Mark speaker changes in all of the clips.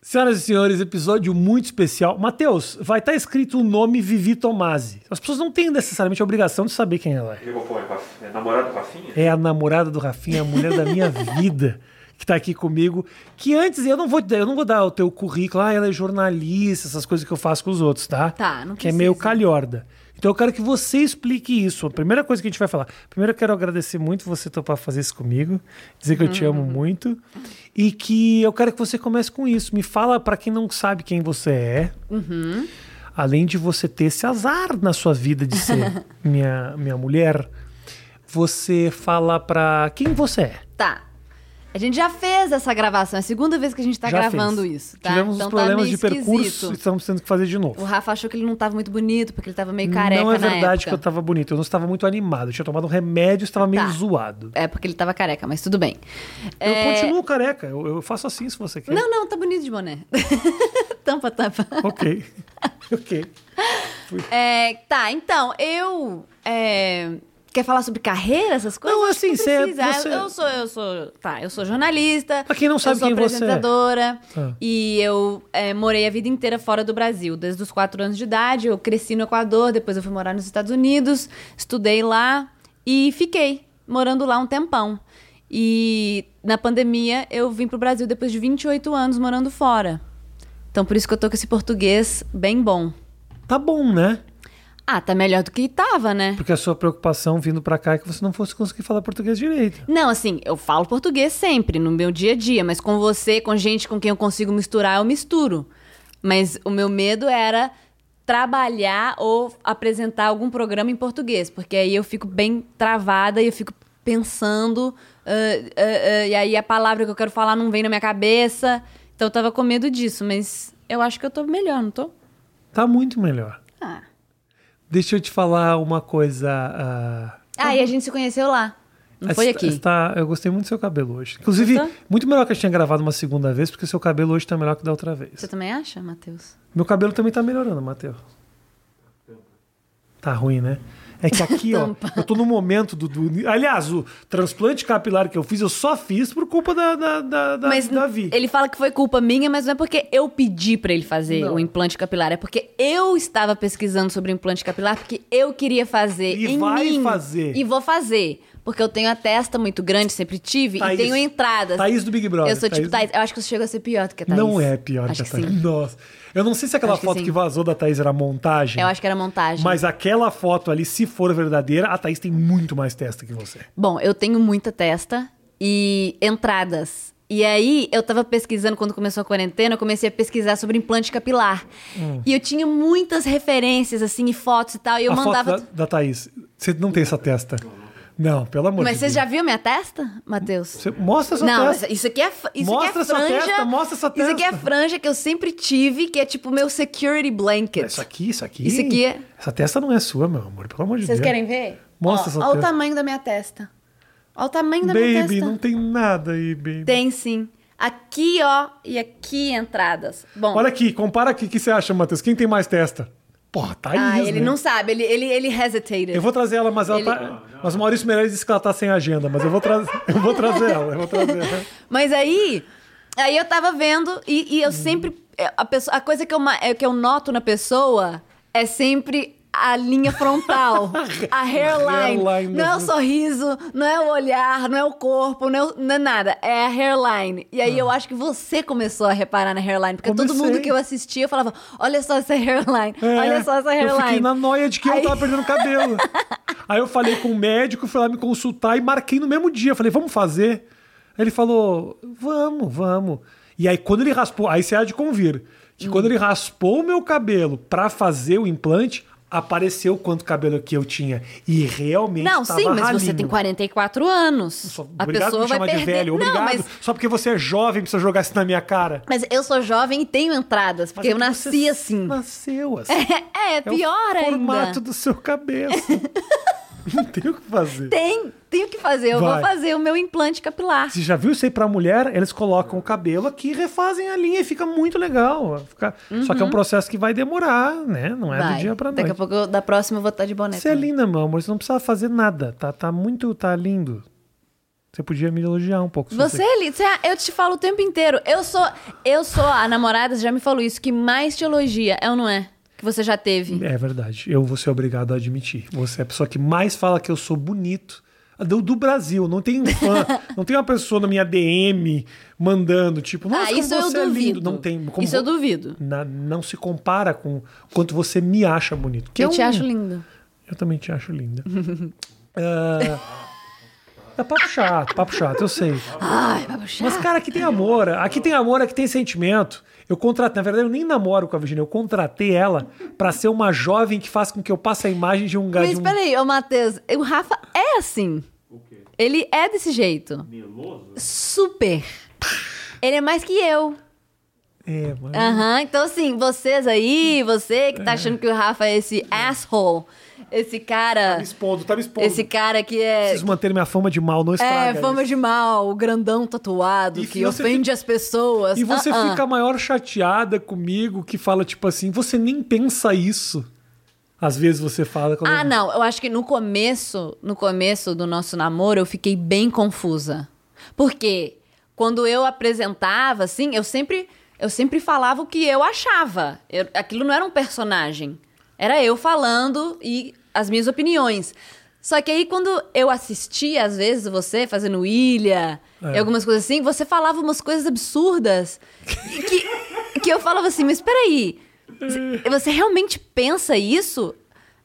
Speaker 1: Senhoras e senhores, episódio muito especial. Matheus, vai estar escrito o nome Vivi Tomasi. As pessoas não têm necessariamente a obrigação de saber quem ela é.
Speaker 2: Ele falou, pô, é Rafinha, é namorado do Rafinha?
Speaker 1: É a namorada do Rafinha, a mulher da minha vida, que tá aqui comigo. Que antes, eu não vou, eu não vou dar o teu currículo, ah, ela é jornalista, essas coisas que eu faço com os outros, tá?
Speaker 3: Tá, não
Speaker 1: Que é meio
Speaker 3: precisa.
Speaker 1: calhorda. Então eu quero que você explique isso. A primeira coisa que a gente vai falar. Primeiro eu quero agradecer muito você topar fazer isso comigo, dizer que eu te amo
Speaker 3: Uhum.
Speaker 1: muito e que eu quero que você comece com isso. Me fala pra quem não sabe quem você é.
Speaker 3: Uhum.
Speaker 1: Além de você ter esse azar na sua vida de ser minha minha mulher, você fala pra quem você é.
Speaker 3: Tá. A gente já fez essa gravação, é a segunda vez que a gente tá
Speaker 1: Já
Speaker 3: gravando
Speaker 1: fez.
Speaker 3: isso, tá?
Speaker 1: Tivemos
Speaker 3: então
Speaker 1: uns
Speaker 3: tá
Speaker 1: problemas
Speaker 3: meio
Speaker 1: de percurso
Speaker 3: esquisito.
Speaker 1: e estamos tendo que fazer de novo.
Speaker 3: O Rafa achou que ele não tava muito bonito, porque ele tava meio careca
Speaker 1: não é
Speaker 3: na
Speaker 1: verdade que eu
Speaker 3: época.
Speaker 1: tava bonito, eu não estava muito animado. Eu tinha tomado um remédio, estava meio
Speaker 3: Tá.
Speaker 1: zoado.
Speaker 3: É, porque ele tava careca, mas tudo bem.
Speaker 1: Eu
Speaker 3: É,
Speaker 1: continuo careca, eu, eu faço assim se você quer.
Speaker 3: Não, não, tá bonito de boné. tampa, tampa.
Speaker 1: Ok. ok.
Speaker 3: É, tá, então, eu... é, Quer falar sobre carreira, essas coisas?
Speaker 1: Não,
Speaker 3: Acho que
Speaker 1: assim, cê-
Speaker 3: precisa. Ah,
Speaker 1: você-
Speaker 3: Eu sou, eu sou... Tá, eu sou jornalista.
Speaker 1: Pra quem não sabe
Speaker 3: eu sou
Speaker 1: quem você é.
Speaker 3: apresentadora.
Speaker 1: Ah.
Speaker 3: E eu é, morei a vida inteira fora do Brasil. Desde os quatro anos de idade, eu cresci no Equador, depois eu fui morar nos Estados Unidos, estudei lá e fiquei morando lá um tempão. E na pandemia eu vim pro Brasil depois de 28 anos morando fora. Então por isso que eu tô com esse português bem bom.
Speaker 1: Tá bom, né?
Speaker 3: Ah, tá melhor do que tava, né?
Speaker 1: Porque a sua preocupação vindo pra cá é que você não fosse conseguir falar português direito.
Speaker 3: Não, assim, eu falo português sempre, no meu dia a dia, mas com você, com gente com quem eu consigo misturar, eu misturo. Mas o meu medo era trabalhar ou apresentar algum programa em português, porque aí eu fico bem travada e eu fico pensando, ah, ah, ah, e aí a palavra que eu quero falar não vem na minha cabeça. Então eu tava com medo disso, mas eu acho que eu tô melhor, não tô?
Speaker 1: Tá muito melhor.
Speaker 3: Ah.
Speaker 1: Deixa eu te falar uma coisa. ah,
Speaker 3: Ah, e a gente se conheceu lá. Não foi
Speaker 1: esta-
Speaker 3: aqui.
Speaker 1: esta- eu gostei muito do seu cabelo hoje. Inclusive,
Speaker 3: Gostou?
Speaker 1: muito melhor que a gente tinha gravado uma segunda vez, porque seu cabelo hoje tá melhor que da outra vez.
Speaker 3: Você também acha, Matheus?
Speaker 1: Meu cabelo também tá melhorando, Matheus. Tá ruim, né? É que aqui, ó, eu tô no momento do, do- Aliás, o transplante capilar que eu fiz, eu só fiz por culpa da, da, da, da,
Speaker 3: Mas
Speaker 1: da Vi.
Speaker 3: ele fala que foi culpa minha, mas não é porque eu pedi pra ele fazer
Speaker 1: Não.
Speaker 3: o implante capilar, é porque eu estava pesquisando sobre o implante capilar porque eu queria fazer
Speaker 1: E
Speaker 3: em
Speaker 1: vai
Speaker 3: mim.
Speaker 1: fazer.
Speaker 3: E vou fazer, porque eu tenho a testa muito grande, sempre tive
Speaker 1: Thaís.
Speaker 3: e tenho entradas.
Speaker 1: Thaís do Big Brother.
Speaker 3: Eu sou tipo
Speaker 1: Thaís-
Speaker 3: Thaís, eu acho que eu chego a ser pior do que a Thaís.
Speaker 1: Não é pior que
Speaker 3: acho
Speaker 1: a
Speaker 3: que
Speaker 1: Thaís.
Speaker 3: sim.
Speaker 1: Nossa. Eu não sei se aquela
Speaker 3: Acho que
Speaker 1: foto que,
Speaker 3: sim.
Speaker 1: vazou da Thaís era montagem.
Speaker 3: Eu acho que era montagem.
Speaker 1: Mas aquela foto ali, se for verdadeira, a Thaís tem muito mais testa que você.
Speaker 3: Bom, eu tenho muita testa e entradas. E aí, eu tava pesquisando quando começou a quarentena, eu comecei a pesquisar sobre implante capilar. E eu tinha muitas referências, assim, e fotos e tal, e eu
Speaker 1: Hum. a
Speaker 3: mandava.
Speaker 1: foto da, da Thaís. Você não tem essa testa. Não, pelo amor
Speaker 3: Mas
Speaker 1: de
Speaker 3: você
Speaker 1: Deus.
Speaker 3: já viu minha testa, Matheus?
Speaker 1: Você mostra essa
Speaker 3: Não,
Speaker 1: testa.
Speaker 3: mas isso aqui é, fr- isso
Speaker 1: Mostra
Speaker 3: aqui é
Speaker 1: sua
Speaker 3: franja.
Speaker 1: testa, mostra sua
Speaker 3: Isso aqui é
Speaker 1: testa.
Speaker 3: franja que eu sempre tive, que é tipo meu security blanket.
Speaker 1: Isso aqui, isso aqui.
Speaker 3: Isso aqui é-
Speaker 1: Essa testa não é sua, meu amor, pelo amor de
Speaker 3: Vocês
Speaker 1: Deus.
Speaker 3: querem ver?
Speaker 1: Mostra
Speaker 3: Ó,
Speaker 1: essa
Speaker 3: Olha o
Speaker 1: testa. Um
Speaker 3: tamanho da minha testa. Olha o tamanho da minha
Speaker 1: Baby,
Speaker 3: testa.
Speaker 1: não tem nada aí, baby.
Speaker 3: Tem sim. Aqui, ó, e aqui entradas. Bom,
Speaker 1: Olha aqui, compara aqui. O que você acha, Matheus? Quem tem mais testa? Porra, Thaís,
Speaker 3: ah,
Speaker 1: né?
Speaker 3: ele não sabe, ele, ele, ele hesitated.
Speaker 1: Eu vou trazer ela, mas ela
Speaker 3: Ele-
Speaker 1: tá... Mas o Maurício Meirelles disse que ela tá sem agenda, mas eu vou, tra... eu vou trazer ela, eu vou trazer ela.
Speaker 3: Mas aí, aí eu tava vendo e, e eu sempre. é, A, pessoa, a coisa que eu, ma- é, que eu noto na pessoa é sempre a linha frontal, a hairline.
Speaker 1: Hairline
Speaker 3: Não é o
Speaker 1: mesmo.
Speaker 3: sorriso, não é o olhar, não é o corpo, não é, o- não é nada. É a hairline. E aí eu acho que você começou a reparar na hairline, porque todo
Speaker 1: Ah. Comecei.
Speaker 3: mundo que eu assistia eu falava: olha só essa hairline,
Speaker 1: É,
Speaker 3: olha só essa hairline.
Speaker 1: Eu fiquei na noia de que eu
Speaker 3: Aí-
Speaker 1: tava perdendo cabelo. Aí eu falei com o médico, fui lá me consultar e marquei no mesmo dia. Falei, vamos fazer? Aí ele falou, vamos, vamos. E aí quando ele raspou, aí você há de convir, que
Speaker 3: Hum.
Speaker 1: quando ele raspou o meu cabelo pra fazer o implante, apareceu quanto cabelo que eu tinha. E realmente
Speaker 3: Não,
Speaker 1: tava
Speaker 3: sim, mas você
Speaker 1: ralinho.
Speaker 3: tem 44 anos.
Speaker 1: Só-
Speaker 3: a
Speaker 1: Obrigado por
Speaker 3: pessoa
Speaker 1: me
Speaker 3: vai
Speaker 1: chamar
Speaker 3: perder.
Speaker 1: de velho. Obrigado.
Speaker 3: Não, mas
Speaker 1: Só porque você é jovem, precisa jogar isso na minha cara.
Speaker 3: Mas eu sou jovem e tenho entradas,
Speaker 1: Mas
Speaker 3: porque
Speaker 1: é
Speaker 3: eu
Speaker 1: que
Speaker 3: nasci
Speaker 1: você
Speaker 3: assim.
Speaker 1: Nasceu assim.
Speaker 3: É, é
Speaker 1: É
Speaker 3: pior
Speaker 1: o formato
Speaker 3: ainda.
Speaker 1: do seu cabeça. não tem o que fazer.
Speaker 3: Tem, tenho que fazer. Eu
Speaker 1: Vai.
Speaker 3: vou fazer o meu implante capilar.
Speaker 1: Você já viu isso aí pra mulher? Eles colocam o cabelo aqui e refazem a linha e fica muito legal. Fica- Só que é um processo que vai demorar, né? Não é do
Speaker 3: Uhum. Vai.
Speaker 1: dia pra
Speaker 3: Daqui
Speaker 1: noite.
Speaker 3: a pouco, eu- da próxima, eu vou estar de boné.
Speaker 1: Você é
Speaker 3: também.
Speaker 1: linda, meu amor. Você não precisa fazer nada. Tá, tá muito... Tá lindo. Você podia me elogiar um pouco. se
Speaker 3: Você, é li- você- eu te falo o tempo inteiro. Eu sou, eu sou a namorada, você já me falou isso, que mais te elogia, é ou não é? Que você já teve.
Speaker 1: É verdade. Eu vou ser obrigado a admitir. Você é a pessoa que mais fala que eu sou bonito. Do, do Brasil, não tem um fã, não tem uma pessoa na minha DM mandando, tipo, nossa,
Speaker 3: ah,
Speaker 1: como
Speaker 3: isso eu
Speaker 1: você é
Speaker 3: duvido.
Speaker 1: lindo. Não tem. Como
Speaker 3: isso eu duvido.
Speaker 1: na- não se compara com o quanto você me acha bonito. Que
Speaker 3: eu
Speaker 1: é
Speaker 3: te
Speaker 1: um-
Speaker 3: acho lindo.
Speaker 1: Eu também te acho linda. Ah, é papo chato, papo chato, eu sei.
Speaker 3: Ai, vai puxar.
Speaker 1: Mas, cara, aqui tem amor. Aqui tem amor, aqui tem sentimento. Eu contratei, na verdade, eu nem namoro com a Virginia, eu contratei ela pra ser uma jovem que faz com que eu passe a imagem de um gajo.
Speaker 3: Mas peraí, ô Matheus, o Rafa é assim.
Speaker 2: O quê?
Speaker 3: Ele é desse jeito.
Speaker 2: Meloso?
Speaker 3: Super. Ele é mais que eu.
Speaker 1: É, mano.
Speaker 3: Aham, então assim, vocês aí, você que tá achando que o Rafa é esse asshole, esse cara,
Speaker 1: expondo, tá me expondo.
Speaker 3: esse cara que é...
Speaker 1: Preciso manter minha fama de mal, não estraga.
Speaker 3: É, fama
Speaker 1: isso.
Speaker 3: de mal, o grandão tatuado
Speaker 1: E
Speaker 3: que
Speaker 1: você
Speaker 3: ofende as pessoas.
Speaker 1: E você
Speaker 3: Ah, ah.
Speaker 1: fica a maior chateada comigo que fala, tipo assim, você nem pensa isso. Às vezes você fala. quando-
Speaker 3: Ah, não, eu acho que no começo, no começo do nosso namoro, eu fiquei bem confusa. Porque quando eu apresentava, assim, eu sempre, eu sempre falava o que eu achava. Eu- aquilo não era um personagem. Era eu falando e as minhas opiniões. Só que aí quando eu assistia, às vezes, você fazendo ilha
Speaker 1: É.
Speaker 3: e algumas coisas assim, você falava umas coisas absurdas e que, que eu falava assim, mas peraí, você- você realmente pensa isso?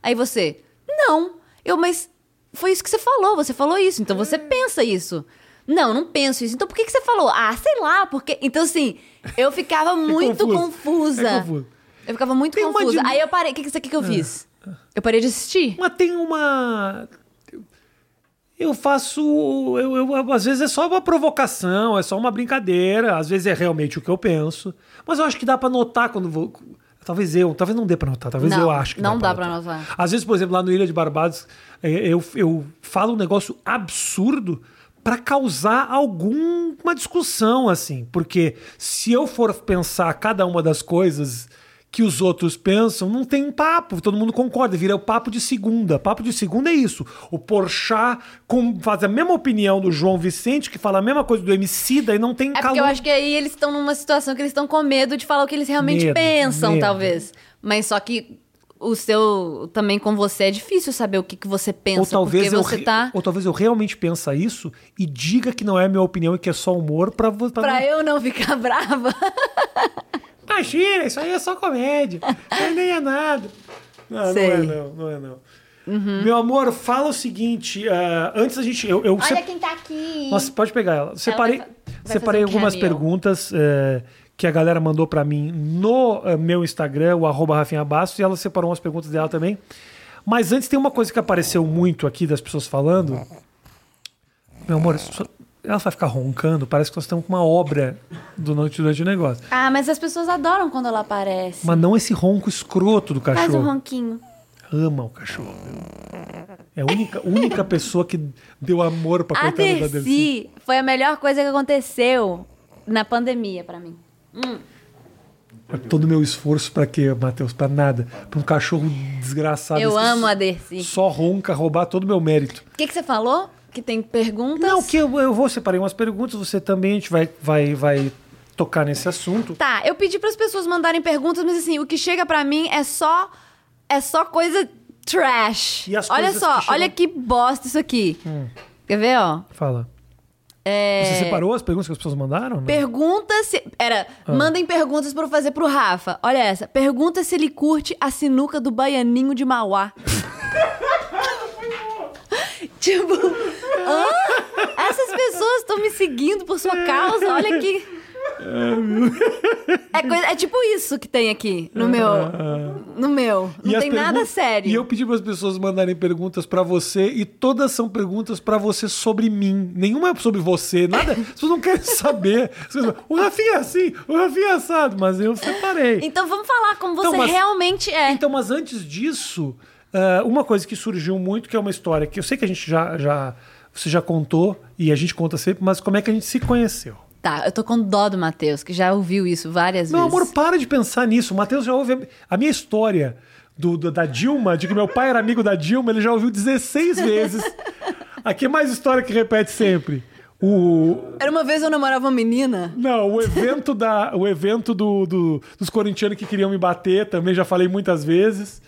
Speaker 3: Aí você, não. Eu, mas foi isso que você falou, você falou isso, então você pensa isso. Não, não penso isso. Então por que, que você falou? Ah, sei lá, porque. Então, assim, eu ficava muito
Speaker 1: É confuso.
Speaker 3: confusa.
Speaker 1: É confuso.
Speaker 3: Eu ficava muito
Speaker 1: Tem uma Ah.
Speaker 3: confusa.
Speaker 1: dinâmica-
Speaker 3: Aí eu parei. O que, que, que, que eu fiz? Eu parei de assistir.
Speaker 1: Mas tem uma. Eu faço. Eu, eu- às vezes é só uma provocação, é só uma brincadeira, às vezes é realmente o que eu penso. Mas eu acho que dá pra notar quando vou. Talvez eu, talvez não dê pra notar, talvez
Speaker 3: Não,
Speaker 1: eu acho que
Speaker 3: não
Speaker 1: dá
Speaker 3: dá pra notar.
Speaker 1: Às vezes, por exemplo, lá no Ilha de Barbados, é, eu, eu falo um negócio absurdo pra causar alguma discussão, assim. Porque se eu for pensar cada uma das coisas que os outros pensam, não tem papo, todo mundo concorda, vira o papo de segunda. Papo de segunda é isso. O Porchat com, faz a mesma opinião do João Vicente, que fala a mesma coisa do MC, daí não tem
Speaker 3: É porque eu acho que aí eles estão numa situação que eles estão com medo de falar o que eles realmente
Speaker 1: Medo,
Speaker 3: pensam,
Speaker 1: medo.
Speaker 3: talvez. Mas só que o seu. Também com você é difícil saber o que, que você pensa.
Speaker 1: ou talvez
Speaker 3: porque
Speaker 1: eu
Speaker 3: você
Speaker 1: re-
Speaker 3: tá.
Speaker 1: ou talvez eu realmente pensa isso e diga que não é a minha opinião e que é só humor pra vo- pra não-
Speaker 3: Pra eu não ficar brava.
Speaker 1: Imagina, isso aí é só comédia. Isso nem é nada. Não, não
Speaker 3: Sei. Uhum.
Speaker 1: é não, não é não. Meu amor, fala o seguinte, ah, antes a gente... Eu, eu
Speaker 3: Olha
Speaker 1: sep-
Speaker 3: quem tá aqui.
Speaker 1: Nossa, pode pegar ela. Separei,
Speaker 3: vai fazer
Speaker 1: separei
Speaker 3: um
Speaker 1: algumas
Speaker 3: cameo.
Speaker 1: perguntas eh, que a galera mandou pra mim no eh, meu Instagram, o arroba Rafinha Bastos, e ela separou umas perguntas dela também. Mas antes tem uma coisa que apareceu muito aqui das pessoas falando. Meu amor, isso- ela vai ficar roncando, parece que nós estamos com uma obra do noite durante o negócio.
Speaker 3: Ah, mas as pessoas adoram quando ela aparece.
Speaker 1: Mas não esse ronco escroto do
Speaker 3: Faz um
Speaker 1: cachorro.
Speaker 3: ronquinho.
Speaker 1: Ama o cachorro. É a única, única pessoa que deu amor pra
Speaker 3: A
Speaker 1: coitada da Dercy.
Speaker 3: Dercy foi a melhor coisa que aconteceu na pandemia pra mim.
Speaker 1: Todo o meu esforço pra quê, Matheus? Pra nada. Pra um cachorro desgraçado.
Speaker 3: eu
Speaker 1: esse que
Speaker 3: amo a Dercy.
Speaker 1: Só ronca roubar todo o meu mérito.
Speaker 3: O que, que você falou? Que tem perguntas?
Speaker 1: Não, que eu, eu vou separei umas perguntas, você também, a gente vai, vai, vai tocar nesse assunto.
Speaker 3: Tá, eu pedi pras pessoas mandarem perguntas, mas assim, o que chega pra mim é só é só coisa trash.
Speaker 1: E as
Speaker 3: olha
Speaker 1: coisas
Speaker 3: só,
Speaker 1: que chegam-
Speaker 3: olha que bosta isso aqui. Quer ver, ó?
Speaker 1: Fala.
Speaker 3: É,
Speaker 1: Você separou as perguntas que as pessoas mandaram? né?
Speaker 3: Pergunta se. Era,
Speaker 1: Ah.
Speaker 3: mandem perguntas pra eu fazer pro Rafa. Olha essa. Pergunta se ele curte a sinuca do baianinho de Mauá. tipo, hã? Essas pessoas estão me seguindo por sua causa. Olha que. É, coisa- é tipo isso que tem aqui no meu. No meu.
Speaker 1: E
Speaker 3: Não
Speaker 1: as
Speaker 3: tem nada
Speaker 1: pergun-
Speaker 3: sério.
Speaker 1: E eu pedi para as pessoas mandarem perguntas pra você e todas são perguntas pra você sobre mim. Nenhuma é sobre você, nada. As pessoas não querem saber. As pessoas falam, O Rafinha é assim, o Rafinha é assado, mas eu separei.
Speaker 3: Então vamos falar como você
Speaker 1: Então, mas-
Speaker 3: realmente é.
Speaker 1: Então, mas antes disso, ah, uma coisa que surgiu muito, que é uma história que eu sei que a gente já, já você já contou e a gente conta sempre, mas como é que a gente se conheceu?
Speaker 3: Tá, eu tô com dó do Matheus, que já ouviu isso várias
Speaker 1: Meu
Speaker 3: vezes.
Speaker 1: amor, para de pensar nisso. O Matheus já ouve a, a minha história do, do- da Dilma, de que meu pai era amigo da Dilma, ele já ouviu 16 vezes. Aqui é mais história que repete sempre. O,
Speaker 3: Era uma vez eu namorava uma menina.
Speaker 1: não, o evento, da, o evento do, do- dos corintianos que queriam me bater também já falei muitas vezes.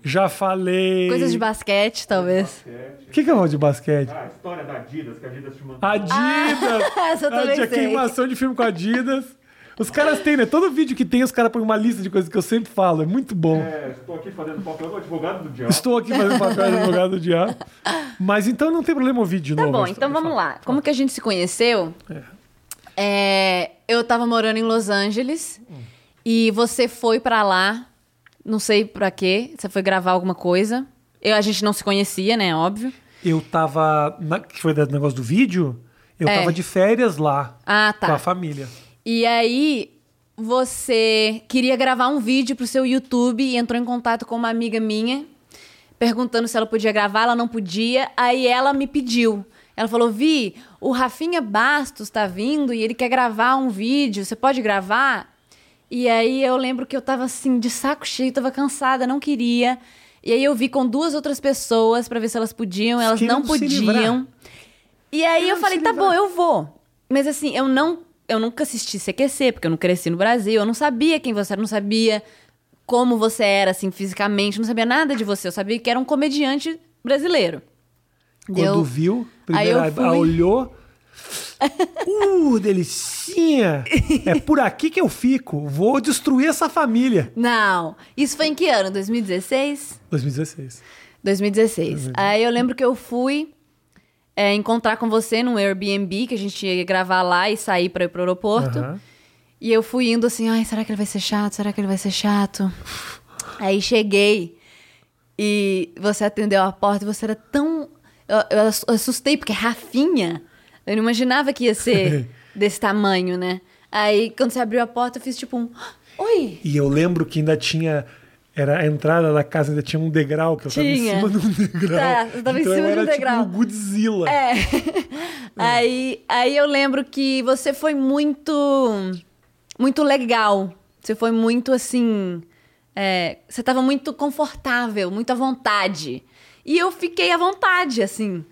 Speaker 1: Já falei.
Speaker 3: Coisas de basquete, talvez.
Speaker 1: O que, que é o de basquete?
Speaker 2: Ah, a história da Adidas, que a Adidas te mandou.
Speaker 1: Adidas!
Speaker 3: Ah,
Speaker 1: Ah,
Speaker 3: essa eu também
Speaker 1: tinha
Speaker 3: sei.
Speaker 1: queimação de filme com Adidas. Os caras têm, né? Todo vídeo que tem, os caras põem uma lista de coisas que eu sempre falo. É muito bom.
Speaker 2: É, estou aqui fazendo papel do advogado do diabo.
Speaker 1: Estou aqui fazendo papel de advogado do diabo. Mas então não tem problema ouvir de
Speaker 3: Tá
Speaker 1: novo.
Speaker 3: bom,
Speaker 1: a
Speaker 3: então
Speaker 1: história.
Speaker 3: vamos lá. Como que a gente se conheceu? É, eu tava morando em Los Angeles e você foi pra lá, não sei pra quê, você foi gravar alguma coisa. Eu, a gente não se conhecia, né? Óbvio.
Speaker 1: Eu tava. na- que foi do negócio do vídeo? Eu
Speaker 3: É.
Speaker 1: tava de férias lá.
Speaker 3: Ah, tá.
Speaker 1: Com a família.
Speaker 3: E aí você queria gravar um vídeo pro seu YouTube e entrou em contato com uma amiga minha, perguntando se ela podia gravar, ela não podia. Aí ela me pediu. Ela falou: "Vi, o Rafinha Bastos tá vindo e ele quer gravar um vídeo, você pode gravar?" E aí eu lembro que eu tava assim de saco cheio, tava cansada, não queria. E aí eu vi com duas outras pessoas pra ver se elas podiam, elas
Speaker 1: Querendo
Speaker 3: não
Speaker 1: se livrar.
Speaker 3: podiam. E aí eu,
Speaker 1: Querendo
Speaker 3: falei,
Speaker 1: se
Speaker 3: tá
Speaker 1: livrar.
Speaker 3: bom, eu vou. Mas assim, eu não, eu nunca assisti CQC, porque eu não cresci no Brasil, eu não sabia quem você era, eu não sabia como você era, assim, fisicamente, eu não sabia nada de você, eu sabia que era um comediante brasileiro.
Speaker 1: Quando
Speaker 3: Eu-
Speaker 1: viu,
Speaker 3: Aí eu
Speaker 1: primeiro
Speaker 3: fui.
Speaker 1: ela olhou. Uh, delicinha! É por aqui que eu fico. Vou destruir essa família.
Speaker 3: Não, isso foi em que ano? 2016?
Speaker 1: 2016.
Speaker 3: 2016. Aí eu lembro que eu fui é, encontrar com você num Airbnb, que a gente ia gravar lá e sair pra ir pro aeroporto.
Speaker 1: Aham.
Speaker 3: E eu fui indo assim, ai, será que ele vai ser chato? Será que ele vai ser chato? Aí cheguei e você atendeu a porta e você era tão. Eu, eu ass- eu assustei, porque é Rafinha. Eu não imaginava que ia ser desse tamanho, né? Aí quando você abriu a porta, eu fiz tipo um. "Ah, Oi!
Speaker 1: E eu lembro que ainda tinha. Era a entrada da casa, ainda tinha um degrau, que eu
Speaker 3: Tinha.
Speaker 1: tava em cima de um degrau.
Speaker 3: Tá, você tava em
Speaker 1: então
Speaker 3: cima de um
Speaker 1: eu era
Speaker 3: degrau.
Speaker 1: Tipo o Godzilla.
Speaker 3: É. aí, aí eu lembro que você foi muito. Muito legal. Você foi muito assim. é, você tava muito confortável, muito à vontade. E eu fiquei à vontade, assim.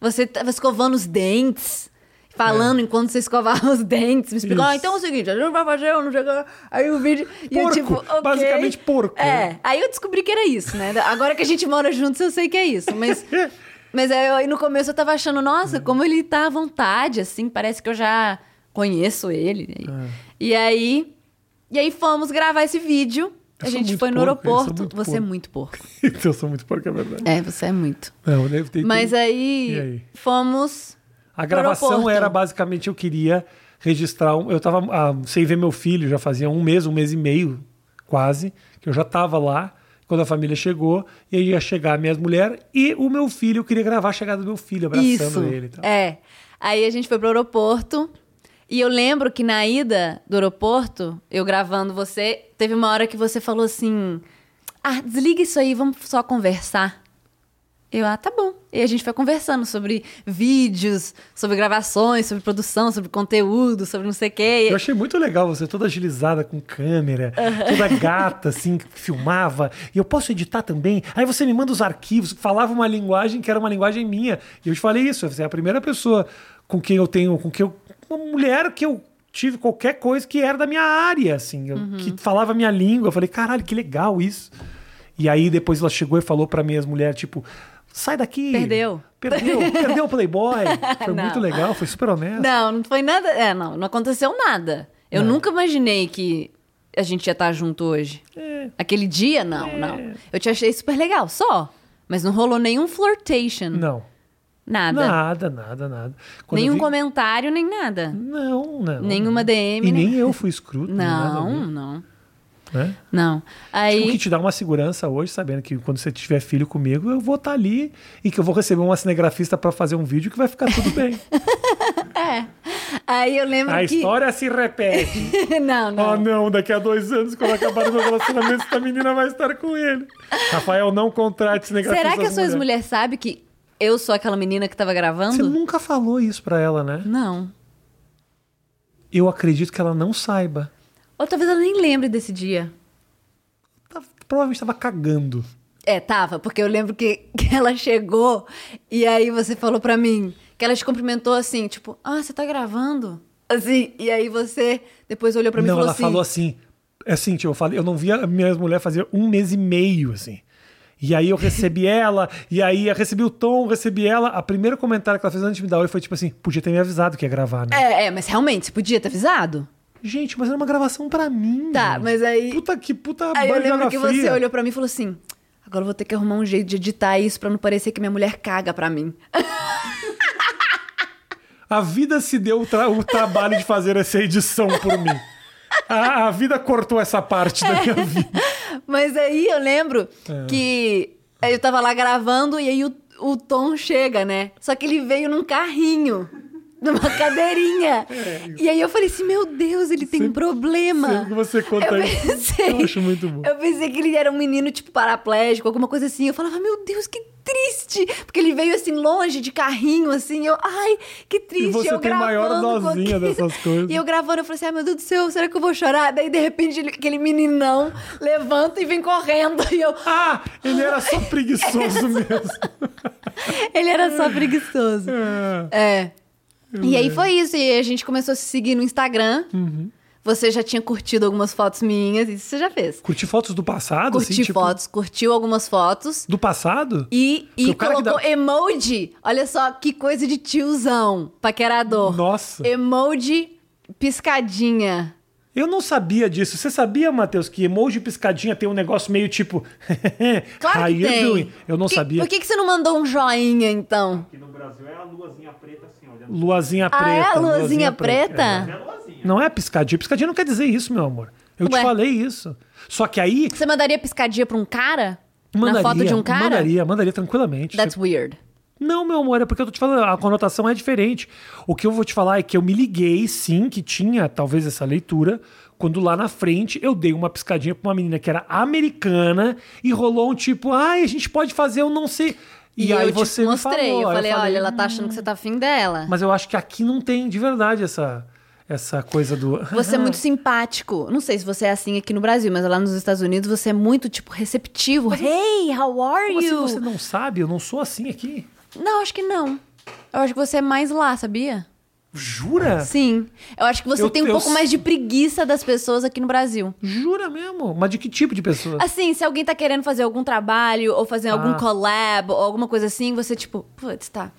Speaker 3: Você tava escovando os dentes. Falando enquanto você escovava os dentes, me explicou,
Speaker 1: É. Isso.
Speaker 3: "Ah, então é o seguinte, a gente vai fazer, eu não sei o que". aí o vídeo... e eu,
Speaker 1: Porco,
Speaker 3: tipo, ok.
Speaker 1: basicamente porco.
Speaker 3: É, Aí eu descobri que era isso, né? Agora que a gente mora juntos, eu sei que é isso. Mas, mas aí eu- aí no começo eu tava achando, nossa, como ele tá à vontade, assim, parece que eu já conheço ele.
Speaker 1: É.
Speaker 3: E aí. E aí fomos gravar esse vídeo.
Speaker 1: Eu
Speaker 3: a
Speaker 1: sou
Speaker 3: gente
Speaker 1: muito
Speaker 3: foi no
Speaker 1: porco, eu sou
Speaker 3: aeroporto.
Speaker 1: muito
Speaker 3: Você é
Speaker 1: porco.
Speaker 3: muito porco.
Speaker 1: Então eu sou muito porco, é verdade.
Speaker 3: É, você é muito.
Speaker 1: Não, deve ter.
Speaker 3: Mas
Speaker 1: tem-
Speaker 3: aí,
Speaker 1: E aí?
Speaker 3: fomos.
Speaker 1: A gravação
Speaker 3: aeroporto.
Speaker 1: era basicamente eu queria registrar. Um, eu tava ah, sem ver meu filho, já fazia um mês, um mês e meio, quase, que eu já tava lá quando a família chegou. E aí ia chegar minhas mulheres e o meu filho. Eu queria gravar a chegada do meu filho, abraçando
Speaker 3: Isso.
Speaker 1: ele e tal.
Speaker 3: É. Aí a gente foi pro aeroporto. E eu lembro que na ida do aeroporto, eu gravando você, teve uma hora que você falou assim: Ah, desliga isso aí, vamos só conversar. Eu, ah, tá bom. E a gente foi conversando sobre vídeos, sobre gravações, sobre produção, sobre conteúdo, sobre não sei o quê.
Speaker 1: Eu achei muito legal você, toda agilizada com câmera, toda gata, assim, que filmava. E eu posso editar também? Aí você me manda os arquivos, falava uma linguagem que era uma linguagem minha. E eu te falei isso, você é a primeira pessoa com quem eu tenho, com quem eu. Uma mulher que eu tive qualquer coisa que era da minha área, assim, eu-
Speaker 3: Uhum.
Speaker 1: que falava a minha língua. Eu falei, caralho, que legal isso. E aí depois ela chegou e falou pra minhas mulheres, tipo. Sai daqui!
Speaker 3: Perdeu.
Speaker 1: Perdeu, perdeu o Playboy. Foi
Speaker 3: Não.
Speaker 1: muito legal, foi super honesto.
Speaker 3: Não, não foi nada. É, não, não aconteceu nada. Eu nunca imaginei que a gente ia estar junto hoje.
Speaker 1: É.
Speaker 3: Aquele dia, não, não. Eu te achei super legal, só. Mas não rolou nenhum flirtation.
Speaker 1: Não.
Speaker 3: Nada.
Speaker 1: Nada, nada, nada. Quando eu
Speaker 3: nenhum
Speaker 1: vi-
Speaker 3: comentário, nem nada.
Speaker 1: Não, não.
Speaker 3: Nenhuma DM,
Speaker 1: E
Speaker 3: nem-
Speaker 1: nem eu fui escroto. nem nada
Speaker 3: Não,
Speaker 1: mesmo,
Speaker 3: não,
Speaker 1: né?
Speaker 3: não.
Speaker 1: O que
Speaker 3: Aí.
Speaker 1: te dá uma segurança hoje, sabendo que quando você tiver filho comigo, eu vou estar ali e que eu vou receber uma cinegrafista pra fazer um vídeo que vai ficar tudo bem.
Speaker 3: Aí eu lembro
Speaker 1: A
Speaker 3: que.
Speaker 1: história se repete.
Speaker 3: não,
Speaker 1: oh,
Speaker 3: não.
Speaker 1: não, daqui a dois anos, quando acabar o meu relacionamento, essa menina vai estar com ele. Rafael, não contrate cinegrafista.
Speaker 3: Será que a sua ex-mulher tá sabe que eu sou aquela menina que tava
Speaker 1: Você
Speaker 3: gravando?
Speaker 1: nunca falou isso pra ela, né?
Speaker 3: Não.
Speaker 1: Eu acredito que ela não saiba.
Speaker 3: Ou talvez ela nem lembre desse dia.
Speaker 1: Tá- Provavelmente estava cagando.
Speaker 3: É, tava, porque eu lembro que, que ela chegou e aí você falou pra mim que ela te cumprimentou assim, tipo, ah, você tá gravando? Assim, e aí você depois olhou pra mim
Speaker 1: não,
Speaker 3: e falou
Speaker 1: ela
Speaker 3: assim.
Speaker 1: falou assim. É assim, tipo, eu falei, eu não via a minha mulher fazer um mês e meio, assim. E aí eu recebi ela, e aí eu recebi o Tom, recebi ela. A primeiro comentário que ela fez antes de me dar oi foi tipo assim: podia ter me avisado que ia gravar, né?
Speaker 3: É, é, mas realmente, você podia ter avisado?
Speaker 1: Gente, mas era uma gravação pra mim.
Speaker 3: Tá, mas aí-
Speaker 1: Puta que puta
Speaker 3: Aí eu
Speaker 1: banjada
Speaker 3: lembro que você
Speaker 1: fria.
Speaker 3: olhou pra mim e falou assim: agora eu vou ter que arrumar um jeito de editar isso pra não parecer que minha mulher caga pra mim.
Speaker 1: A vida se deu o, tra- o trabalho de fazer essa edição por mim. A, a vida cortou essa parte da minha vida.
Speaker 3: Mas aí eu lembro
Speaker 1: É.
Speaker 3: que eu tava lá gravando e aí o, o Tom chega, né? Só que ele veio num carrinho, numa cadeirinha. e aí eu falei assim: meu Deus, ele tem
Speaker 1: É. Sempre-
Speaker 3: um problema.
Speaker 1: sempre que você conta
Speaker 3: eu
Speaker 1: isso,
Speaker 3: pensei,
Speaker 1: eu acho muito bom.
Speaker 3: Eu pensei que ele era um menino, tipo, paraplégico, alguma coisa assim. Eu falava, meu Deus, que triste! Porque ele veio assim, longe, de carrinho, assim. Eu, ai, que triste.
Speaker 1: E você
Speaker 3: eu
Speaker 1: tem maior
Speaker 3: gravando com
Speaker 1: dosinha
Speaker 3: aquilo.
Speaker 1: dessas coisas.
Speaker 3: E eu gravando, eu falei assim, ai meu Deus do céu, será que eu vou chorar? Daí, de repente, ele- aquele meninão levanta e vem correndo. E eu,
Speaker 1: Ah, ele era só preguiçoso mesmo.
Speaker 3: ele era só preguiçoso.
Speaker 1: É.
Speaker 3: É. E aí foi isso. E a gente começou a se seguir no Instagram.
Speaker 1: Uhum.
Speaker 3: Você já tinha curtido algumas fotos minhas, isso você já fez.
Speaker 1: Curti fotos do passado?
Speaker 3: Curti
Speaker 1: assim, tipo,
Speaker 3: fotos, curtiu algumas fotos.
Speaker 1: Do passado?
Speaker 3: E,
Speaker 1: Porque
Speaker 3: e
Speaker 1: o cara que
Speaker 3: colocou
Speaker 1: dá-
Speaker 3: emoji. Olha só que coisa de tiozão, paquerador.
Speaker 1: Nossa.
Speaker 3: Emoji piscadinha.
Speaker 1: Eu não sabia disso. Você sabia, Matheus, que emoji piscadinha tem um negócio meio tipo.
Speaker 3: Claro
Speaker 1: "How
Speaker 3: que
Speaker 1: you
Speaker 3: tem.
Speaker 1: doing?" Eu não
Speaker 3: Que-
Speaker 1: sabia.
Speaker 3: Por que, que você não mandou um joinha, então?
Speaker 2: Aqui no Brasil é a luazinha preta assim, olha.
Speaker 1: Luazinha preta.
Speaker 3: ah, é a luzinha preta?
Speaker 2: É a luazinha.
Speaker 1: Não é piscadinha. Piscadinha não quer dizer isso, meu amor. Eu te
Speaker 3: Ué.
Speaker 1: falei isso. Só que aí.
Speaker 3: Você mandaria piscadinha pra um cara?
Speaker 1: É. Mandaria,
Speaker 3: Na foto de um cara?
Speaker 1: Mandaria, mandaria tranquilamente.
Speaker 3: That's weird.
Speaker 1: Não, meu amor, é porque eu tô te falando, a conotação é diferente. O que eu vou te falar é que eu me liguei, sim, que tinha talvez essa leitura, quando lá na frente eu dei uma piscadinha pra uma menina que era americana e rolou um tipo, ai, a gente pode fazer, eu não sei. E, aí
Speaker 3: eu te
Speaker 1: você me
Speaker 3: mostrei.
Speaker 1: falou,
Speaker 3: eu,
Speaker 1: aí "Hum,
Speaker 3: falei, olha, ela tá achando que você tá afim dela.
Speaker 1: Mas eu acho que aqui não tem de verdade essa, essa coisa do.
Speaker 3: Você é muito simpático. Não sei se você é assim aqui no Brasil, mas lá nos Estados Unidos você é muito, tipo, receptivo. hey, how are
Speaker 1: Como assim
Speaker 3: you?
Speaker 1: você não sabe? Eu não sou assim aqui.
Speaker 3: Não, acho que não. Eu acho que você é mais lá, sabia?
Speaker 1: Jura?
Speaker 3: Sim. Eu acho que você
Speaker 1: Eu-
Speaker 3: tem um
Speaker 1: eu
Speaker 3: pouco
Speaker 1: s-
Speaker 3: mais de preguiça das pessoas aqui no Brasil.
Speaker 1: Jura mesmo? Mas de que tipo de pessoa?
Speaker 3: Assim, se alguém tá querendo fazer algum trabalho ou fazer algum
Speaker 1: Ah.
Speaker 3: collab ou alguma coisa assim, você tipo, putz, tá.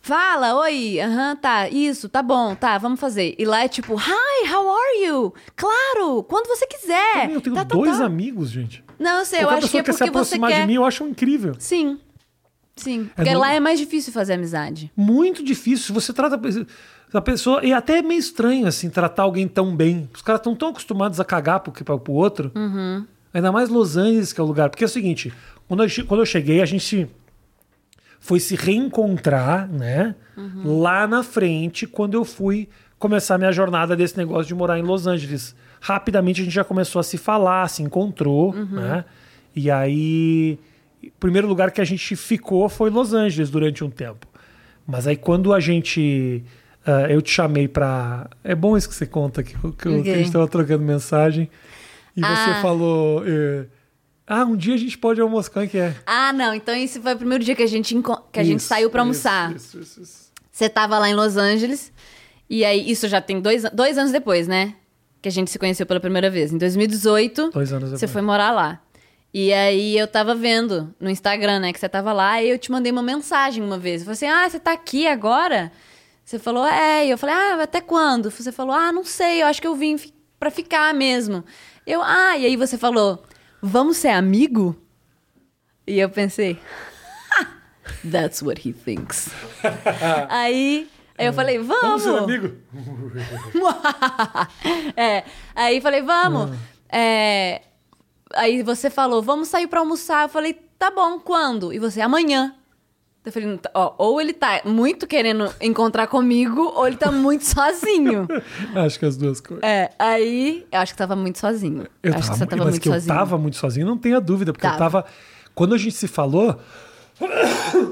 Speaker 3: Fala, oi, aham, tá, isso, tá bom, tá, vamos fazer. E lá é tipo, hi, how are you? Claro, quando você quiser.
Speaker 1: Eu tenho
Speaker 3: Tá, tá,
Speaker 1: dois
Speaker 3: tá.
Speaker 1: amigos, gente.
Speaker 3: Não, eu sei, eu
Speaker 1: Qualquer
Speaker 3: acho
Speaker 1: pessoa
Speaker 3: que é
Speaker 1: quer se
Speaker 3: porque você
Speaker 1: aproximar
Speaker 3: quer.
Speaker 1: de mim, eu acho incrível.
Speaker 3: Sim. Sim. Porque
Speaker 1: não-
Speaker 3: lá é mais difícil fazer amizade.
Speaker 1: Muito difícil. Você trata a pessoa. E até é meio estranho, assim, tratar alguém tão bem. Os caras estão tão acostumados a cagar pro, pro, pro outro. Ainda mais Los Angeles, que é o lugar. Porque é o seguinte: quando eu, che- quando eu cheguei, a gente foi se reencontrar, né? Lá na frente, quando eu fui começar a minha jornada desse negócio de morar em Los Angeles. Rapidamente a gente já começou a se falar, se encontrou, né? E aí, o primeiro lugar que a gente ficou foi Los Angeles durante um tempo. Mas aí quando a gente. ah, eu te chamei pra. É bom isso que você conta, que, eu- que eu- que a gente
Speaker 3: Ok.
Speaker 1: tava trocando mensagem. E
Speaker 3: Ah.
Speaker 1: você falou. eh, ah, um dia a gente pode almoçar, como é que é?
Speaker 3: Ah, não, então esse foi o primeiro dia que a gente, enco- que a gente
Speaker 1: Isso,
Speaker 3: saiu pra
Speaker 1: isso,
Speaker 3: almoçar.
Speaker 1: isso, isso, isso.
Speaker 3: Você tava lá em Los Angeles. E aí, isso já tem dois, an- dois anos depois, né? Que a gente se conheceu pela primeira vez. Em 2018,
Speaker 1: Dois anos
Speaker 3: você
Speaker 1: depois.
Speaker 3: foi morar lá. E aí eu tava vendo no Instagram, né, que você tava lá, e eu te mandei uma mensagem uma vez. Eu falei assim: ah, você tá aqui agora? Você falou, é. E eu falei, ah, até quando? Você falou, ah, não sei, eu acho que eu vim fi- pra ficar mesmo. Eu, ah, e aí você falou, vamos ser amigo? E eu pensei, that's what he thinks. aí, aí eu falei,
Speaker 1: É. Vamos
Speaker 3: vamos.
Speaker 1: ser amigo?
Speaker 3: é, aí falei, vamos.
Speaker 1: Ah.
Speaker 3: É, aí você falou, vamos sair pra almoçar. Eu falei, tá bom, quando? E você, amanhã. Eu falei, não tá- ó, ou ele tá muito querendo encontrar comigo, ou ele tá muito sozinho.
Speaker 1: Acho que as duas coisas.
Speaker 3: É, aí eu acho que tava muito sozinho.
Speaker 1: Eu
Speaker 3: acho
Speaker 1: tava,
Speaker 3: que você tava
Speaker 1: mas
Speaker 3: muito
Speaker 1: que
Speaker 3: sozinho.
Speaker 1: eu tava muito sozinho, não tenha dúvida, porque eu
Speaker 3: Tava.
Speaker 1: tava. Quando a gente se falou.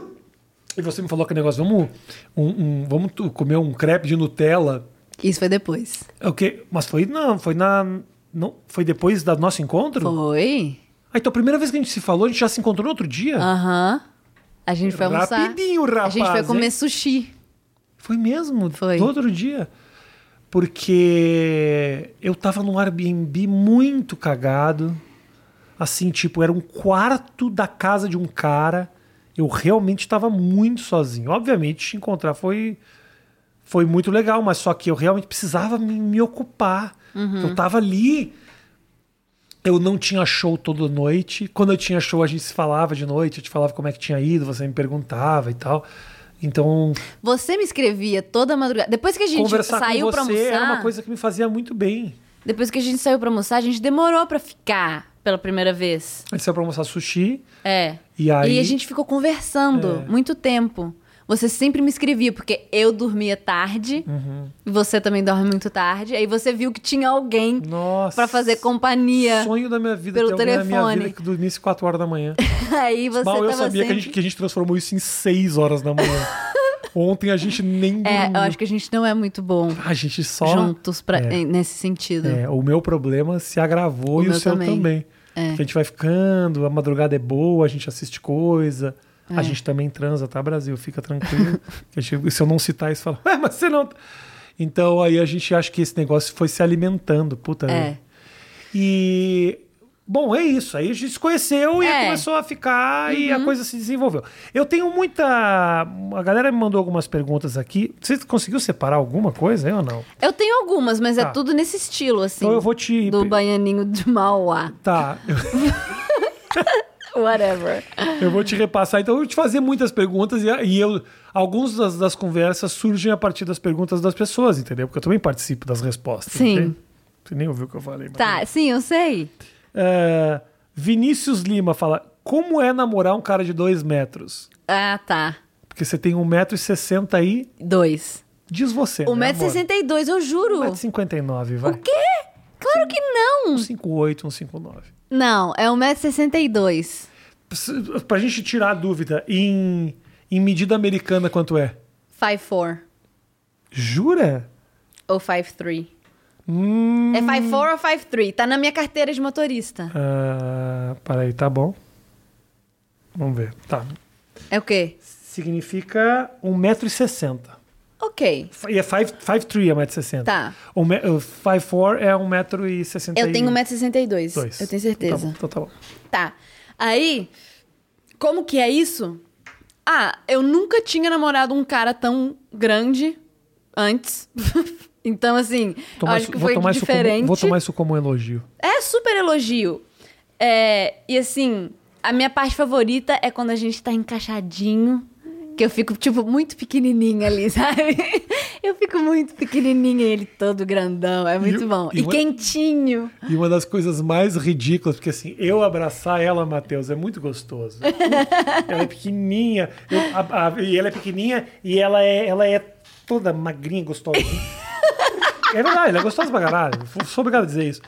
Speaker 1: e você me falou que negócio, vamos, um- um- vamos tu- comer um crepe de Nutella.
Speaker 3: Isso foi depois.
Speaker 1: É o quê? Mas foi. Não, foi na. Não, foi depois do nosso encontro?
Speaker 3: Foi?
Speaker 1: Ah, então a primeira vez que a gente se falou, a gente já se encontrou no outro dia?
Speaker 3: Aham. A gente foi almoçar.
Speaker 1: Rapidinho,
Speaker 3: A gente foi
Speaker 1: rapaz,
Speaker 3: comer
Speaker 1: hein?
Speaker 3: sushi.
Speaker 1: Foi mesmo?
Speaker 3: Foi.
Speaker 1: Todo outro dia? Porque eu tava num Airbnb muito cagado. Assim, tipo, era um quarto da casa de um cara. Eu realmente tava muito sozinho. Obviamente, te encontrar foi foi muito legal, mas só que eu realmente precisava me, me ocupar. Eu tava ali. Eu não tinha show toda noite. Quando eu tinha show, a gente se falava de noite, eu te falava como é que tinha ido, você me perguntava e tal. Então,
Speaker 3: Você me escrevia toda madrugada. Depois que a gente
Speaker 1: conversar
Speaker 3: saiu
Speaker 1: com
Speaker 3: pra
Speaker 1: você
Speaker 3: almoçar.
Speaker 1: era uma coisa que me fazia muito bem.
Speaker 3: Depois que a gente saiu pra almoçar, a gente demorou pra ficar pela primeira vez.
Speaker 1: A gente saiu pra almoçar sushi.
Speaker 3: É.
Speaker 1: E aí- É.
Speaker 3: a gente ficou conversando muito tempo. Você sempre me escrevia, porque eu dormia tarde,
Speaker 1: Uhum.
Speaker 3: e você também dorme muito tarde. Aí você viu que tinha alguém
Speaker 1: Nossa.
Speaker 3: pra fazer companhia.
Speaker 1: Sonho da minha vida,
Speaker 3: pelo
Speaker 1: ter alguém na minha
Speaker 3: telefone.
Speaker 1: vida que dormisse 4 horas da manhã.
Speaker 3: Aí você
Speaker 1: Mal eu
Speaker 3: tava
Speaker 1: sabia que, a
Speaker 3: sempre-
Speaker 1: gente, que a gente transformou isso em 6 horas da manhã. Ontem a gente nem
Speaker 3: É,
Speaker 1: dormiu.
Speaker 3: eu acho que a gente não é muito bom
Speaker 1: A gente só.
Speaker 3: juntos pra,
Speaker 1: É.
Speaker 3: em- nesse sentido.
Speaker 1: É, o meu problema se agravou
Speaker 3: O
Speaker 1: e o
Speaker 3: meu
Speaker 1: seu
Speaker 3: também.
Speaker 1: também.
Speaker 3: É.
Speaker 1: Que a gente vai ficando, a madrugada é boa, a gente assiste coisa.
Speaker 3: É.
Speaker 1: A gente também transa, tá, Brasil? Fica tranquilo. A gente- se eu não citar isso, fala, ué, mas você não. tá". Então aí a gente acha que esse negócio foi se alimentando, puta.
Speaker 3: É.
Speaker 1: né? E. Bom, é isso. Aí a gente se conheceu e
Speaker 3: É. Uhum.
Speaker 1: começou a ficar e a coisa se desenvolveu. Eu tenho muita. A galera me mandou algumas perguntas aqui. Você conseguiu separar alguma coisa aí ou não?
Speaker 3: Eu tenho algumas, mas é
Speaker 1: Tá.
Speaker 3: tudo nesse estilo, assim.
Speaker 1: Então eu vou te.
Speaker 3: Do banhaninho de Mauá.
Speaker 1: Tá, eu-
Speaker 3: Whatever.
Speaker 1: eu vou te repassar. Então, eu vou te fazer muitas perguntas e, e eu, alguns das, das conversas surgem a partir das perguntas das pessoas, entendeu? Porque eu também participo das respostas.
Speaker 3: Sim.
Speaker 1: ok? Você nem ouviu o que eu falei. mas-
Speaker 3: Tá, sim, eu sei.
Speaker 1: É, Vinícius Lima fala: Como é namorar um cara de dois metros?
Speaker 3: Ah, tá.
Speaker 1: Porque você tem 1,60m aí,
Speaker 3: Dois.
Speaker 1: diz você. né, É, amor?
Speaker 3: 1,62m, eu juro.
Speaker 1: 1,59m, vai.
Speaker 3: O quê? Claro que não!
Speaker 1: 1,58m, 1,59m.
Speaker 3: Não, é 1,62m.
Speaker 1: Pra gente tirar a dúvida, em, em medida americana quanto é?
Speaker 3: 5'4
Speaker 1: Jura?
Speaker 3: ou 5'3.
Speaker 1: Hum.
Speaker 3: É 5'4 ou 5'3? Tá na minha carteira de motorista.
Speaker 1: Ah, peraí, tá bom. Vamos ver. Tá.
Speaker 3: É o quê?
Speaker 1: Significa 1,60m.
Speaker 3: Ok.
Speaker 1: E é 5'3 é 1,60m.
Speaker 3: Tá.
Speaker 1: 5'4 é 1,60m.
Speaker 3: Eu tenho 1,62m. Eu tenho certeza.
Speaker 1: Então tá bom.
Speaker 3: Tá. Aí, como que é isso? Ah, eu nunca tinha namorado um cara tão grande antes. então, assim, eu
Speaker 1: Tomar
Speaker 3: acho
Speaker 1: isso-
Speaker 3: que
Speaker 1: vou
Speaker 3: foi
Speaker 1: tomar isso como-
Speaker 3: diferente.
Speaker 1: vou tomar isso como um elogio.
Speaker 3: É super elogio. É, e assim, a minha parte favorita é quando a gente tá encaixadinho. Que eu fico, tipo, muito pequenininha ali, sabe? Eu fico muito pequenininha e ele todo grandão. É muito
Speaker 1: o-
Speaker 3: bom.
Speaker 1: e
Speaker 3: E,
Speaker 1: o-
Speaker 3: quentinho.
Speaker 1: E uma das coisas mais ridículas, porque assim, eu abraçar ela, Matheus, é muito gostoso. ela é pequenininha, eu- a- a- e ela é pequenininha e ela é, ela é toda magrinha, gostosinha. é verdade, ela é gostosa pra caralho. Sou- Sou obrigado a dizer isso.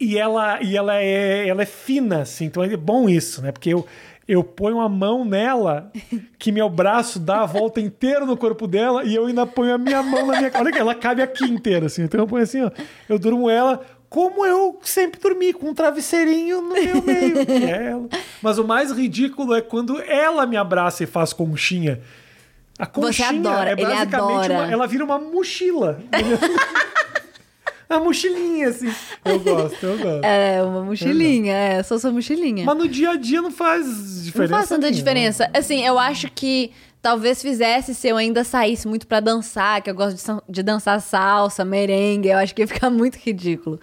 Speaker 1: E ela, e ela, é, ela é fina, assim, então é bom isso, né? Porque eu, eu ponho a mão nela, que meu braço dá a volta inteira no corpo dela, e eu ainda ponho a minha mão na minha. Olha que ela cabe aqui inteira, assim. Então eu ponho assim, ó. Eu durmo ela. Como eu sempre dormi, com um travesseirinho no meu meio. que é ela. Mas o mais ridículo é quando ela me abraça e faz conchinha. A conchinha
Speaker 3: adora,
Speaker 1: é
Speaker 3: ele
Speaker 1: basicamente
Speaker 3: adora.
Speaker 1: uma- ela vira uma mochila. A mochilinha, assim. Eu gosto, eu gosto.
Speaker 3: É, uma mochilinha. É, só sua mochilinha.
Speaker 1: Mas no dia a dia não faz
Speaker 3: Não
Speaker 1: diferença.
Speaker 3: faz tanta
Speaker 1: nenhuma.
Speaker 3: diferença. Assim, eu acho que talvez fizesse se eu ainda saísse muito pra dançar, que eu gosto de, san- de dançar salsa, merengue. Eu acho que ia ficar muito ridículo.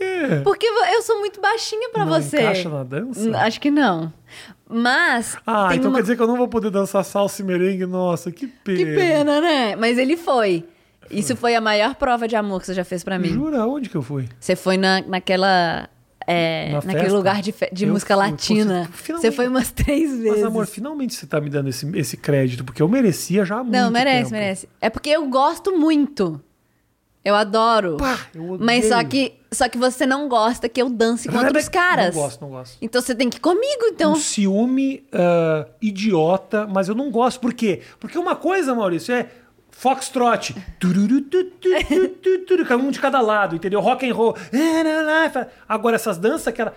Speaker 1: É.
Speaker 3: Porque vo- eu sou muito baixinha pra
Speaker 1: Não
Speaker 3: você.
Speaker 1: encaixa na dança?
Speaker 3: N- Acho que não. Mas.
Speaker 1: Ah,
Speaker 3: tem
Speaker 1: então
Speaker 3: uma-
Speaker 1: quer dizer que eu não vou poder dançar salsa e merengue? Nossa, que pena.
Speaker 3: Que pena, né? Mas ele foi. Isso foi a maior prova de amor que você já fez pra mim.
Speaker 1: Jura? Onde que eu fui?
Speaker 3: Você foi na, naquela. é,
Speaker 1: Na
Speaker 3: naquele
Speaker 1: festa?
Speaker 3: lugar de, fe- de
Speaker 1: Eu
Speaker 3: música
Speaker 1: fui. Pô,
Speaker 3: latina.
Speaker 1: você- finalmente.
Speaker 3: Você foi umas três vezes.
Speaker 1: Mas, amor, finalmente você tá me dando esse, esse crédito, porque eu merecia já há muito
Speaker 3: Não, merece,
Speaker 1: tempo.
Speaker 3: merece. É porque eu gosto muito. Eu adoro.
Speaker 1: Pá, eu odeio.
Speaker 3: Mas só que, só que você não gosta que eu dance com outros caras.
Speaker 1: Não gosto, não gosto.
Speaker 3: Então você tem que ir comigo, então.
Speaker 1: um ciúme ah, idiota, mas eu não gosto. Por quê? Porque uma coisa, Maurício, é foxtrot. Tururu, tu, tu, tu, tu, turu, cara, Um de cada lado, entendeu? Rock and roll. Agora, essas danças, aquela...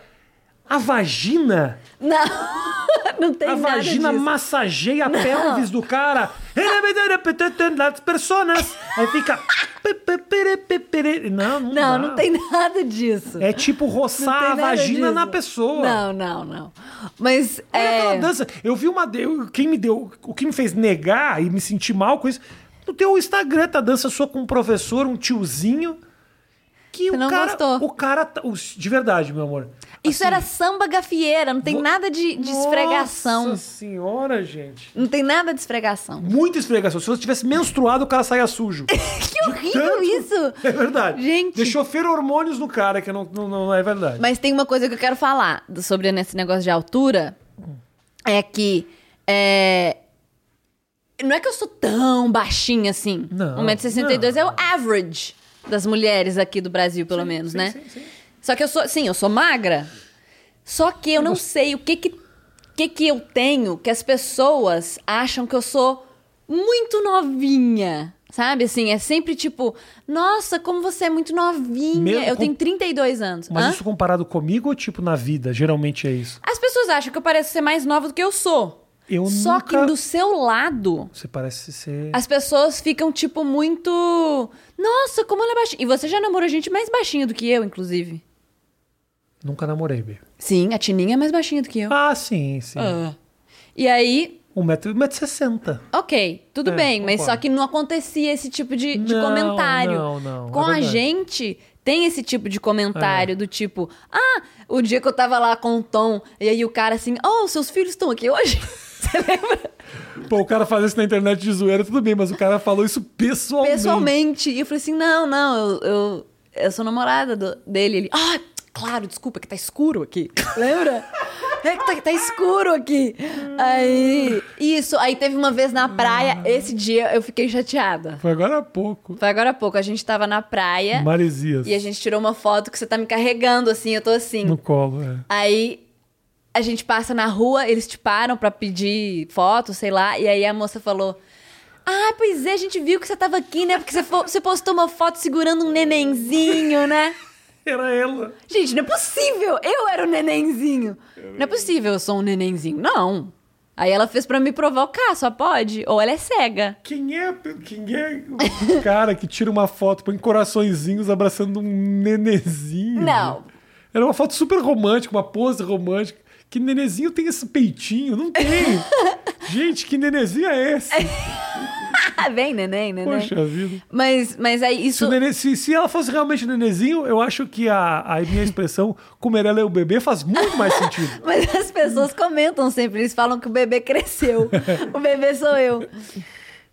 Speaker 1: A vagina
Speaker 3: Não. Não tem
Speaker 1: a
Speaker 3: nada
Speaker 1: vagina
Speaker 3: disso.
Speaker 1: massageia a pelvis do cara. Las personas. Aí fica. Não, não,
Speaker 3: Não,
Speaker 1: dá.
Speaker 3: não tem nada disso.
Speaker 1: É tipo
Speaker 3: Não tem
Speaker 1: roçar a
Speaker 3: nada
Speaker 1: vagina
Speaker 3: disso.
Speaker 1: na pessoa.
Speaker 3: Não, não, não. Mas
Speaker 1: Olha aquela
Speaker 3: é...
Speaker 1: dança. Eu vi uma. Eu, quem me deu. O que me fez negar e me sentir mal com isso. No teu Instagram tá dança sua com um professor, um tiozinho. Que
Speaker 3: Você
Speaker 1: o
Speaker 3: não
Speaker 1: cara.
Speaker 3: gostou.
Speaker 1: O cara. tá- os- De verdade, meu amor.
Speaker 3: isso era samba gafieira, não tem
Speaker 1: assim. vo-
Speaker 3: nada de, de esfregação.
Speaker 1: Nossa senhora, gente.
Speaker 3: Não tem nada de esfregação.
Speaker 1: Muita esfregação. Se você tivesse menstruado, o cara saia sujo.
Speaker 3: Que horrível
Speaker 1: tanto-
Speaker 3: isso!
Speaker 1: É verdade.
Speaker 3: Gente.
Speaker 1: Deixou feromônios no cara, que não, não, não é verdade.
Speaker 3: Mas tem uma coisa que eu quero falar do- sobre esse negócio de altura. É que. é, Não é que eu sou tão baixinha assim.
Speaker 1: Não,
Speaker 3: 1,62m é o
Speaker 1: não.
Speaker 3: average das mulheres aqui do Brasil, pelo
Speaker 1: Sim,
Speaker 3: menos,
Speaker 1: sim,
Speaker 3: né?
Speaker 1: sim, sim.
Speaker 3: Só que eu sou. Sim, eu sou magra. Só que eu não sei o que que, que que eu tenho que as pessoas acham que eu sou muito novinha. Sabe assim? É sempre tipo, nossa, como você é muito novinha.
Speaker 1: Mesmo
Speaker 3: eu
Speaker 1: com-
Speaker 3: tenho 32 anos.
Speaker 1: Mas
Speaker 3: Hã?
Speaker 1: isso comparado comigo ou tipo na vida? Geralmente é isso.
Speaker 3: As pessoas acham que eu pareço ser mais nova do que eu sou.
Speaker 1: Eu
Speaker 3: Só
Speaker 1: nunca-
Speaker 3: que do seu lado,
Speaker 1: Você parece ser.
Speaker 3: as pessoas ficam, tipo, muito. Nossa, como ela é baixinha. E você já namorou gente mais baixinha do que eu, inclusive.
Speaker 1: Nunca namorei, B.
Speaker 3: Sim, a Tininha é mais baixinha do que eu.
Speaker 1: Ah, sim, sim.
Speaker 3: Ah. E aí,
Speaker 1: 1,60m.
Speaker 3: ok, tudo
Speaker 1: É,
Speaker 3: bem, mas
Speaker 1: concordo.
Speaker 3: só que não acontecia esse tipo de, de
Speaker 1: Não,
Speaker 3: comentário.
Speaker 1: não, não, é
Speaker 3: Com a
Speaker 1: verdade. É.
Speaker 3: gente. Tem esse tipo de comentário do tipo, ah, o dia que eu tava lá com o Tom, e aí o cara assim, oh, seus filhos estão aqui hoje? Você lembra?
Speaker 1: Pô, o cara fazer isso na internet de zoeira, tudo bem, mas o cara falou isso pessoalmente.
Speaker 3: pessoalmente. E eu falei assim: não, não, eu, eu, eu sou namorada do- dele. Ele, ah, claro, desculpa, que tá escuro aqui. Lembra? É que tá, tá escuro aqui. Aí, isso. Aí teve uma vez na praia, esse dia eu fiquei chateada.
Speaker 1: Foi agora há pouco.
Speaker 3: Foi agora há pouco, a gente tava na praia
Speaker 1: Maresias.
Speaker 3: É. e a gente tirou uma foto que você tá me carregando assim, eu tô assim.
Speaker 1: No colo, é.
Speaker 3: Aí a gente passa na rua, eles te param pra pedir foto, sei lá, e aí a moça falou: Ah, pois é, a gente viu que você tava aqui, né? Porque você, fo- você postou uma foto segurando um nenenzinho, né?
Speaker 1: Era ela.
Speaker 3: Gente, não é possível! Eu era o nenenzinho! Não é possível, eu sou um nenenzinho. Não! Aí ela fez pra me provocar, só pode. Ou ela é cega.
Speaker 1: Quem é, quem é o cara que tira uma foto, põe coraçõezinhos abraçando um nenezinho?
Speaker 3: Não.
Speaker 1: Era uma foto super romântica, uma pose romântica. Que nenezinho tem esse peitinho? Não tem. Gente, que nenezinho é esse?
Speaker 3: né? Ah, Vem, neném, neném.
Speaker 1: Poxa vida.
Speaker 3: Mas, mas aí
Speaker 1: Se,
Speaker 3: isso.
Speaker 1: o nenê- se- se ela fosse realmente o nenenzinho, eu acho que a, a minha expressão comer ela é o bebê faz muito mais sentido.
Speaker 3: Mas as pessoas comentam sempre, eles falam que o bebê cresceu. o bebê sou eu.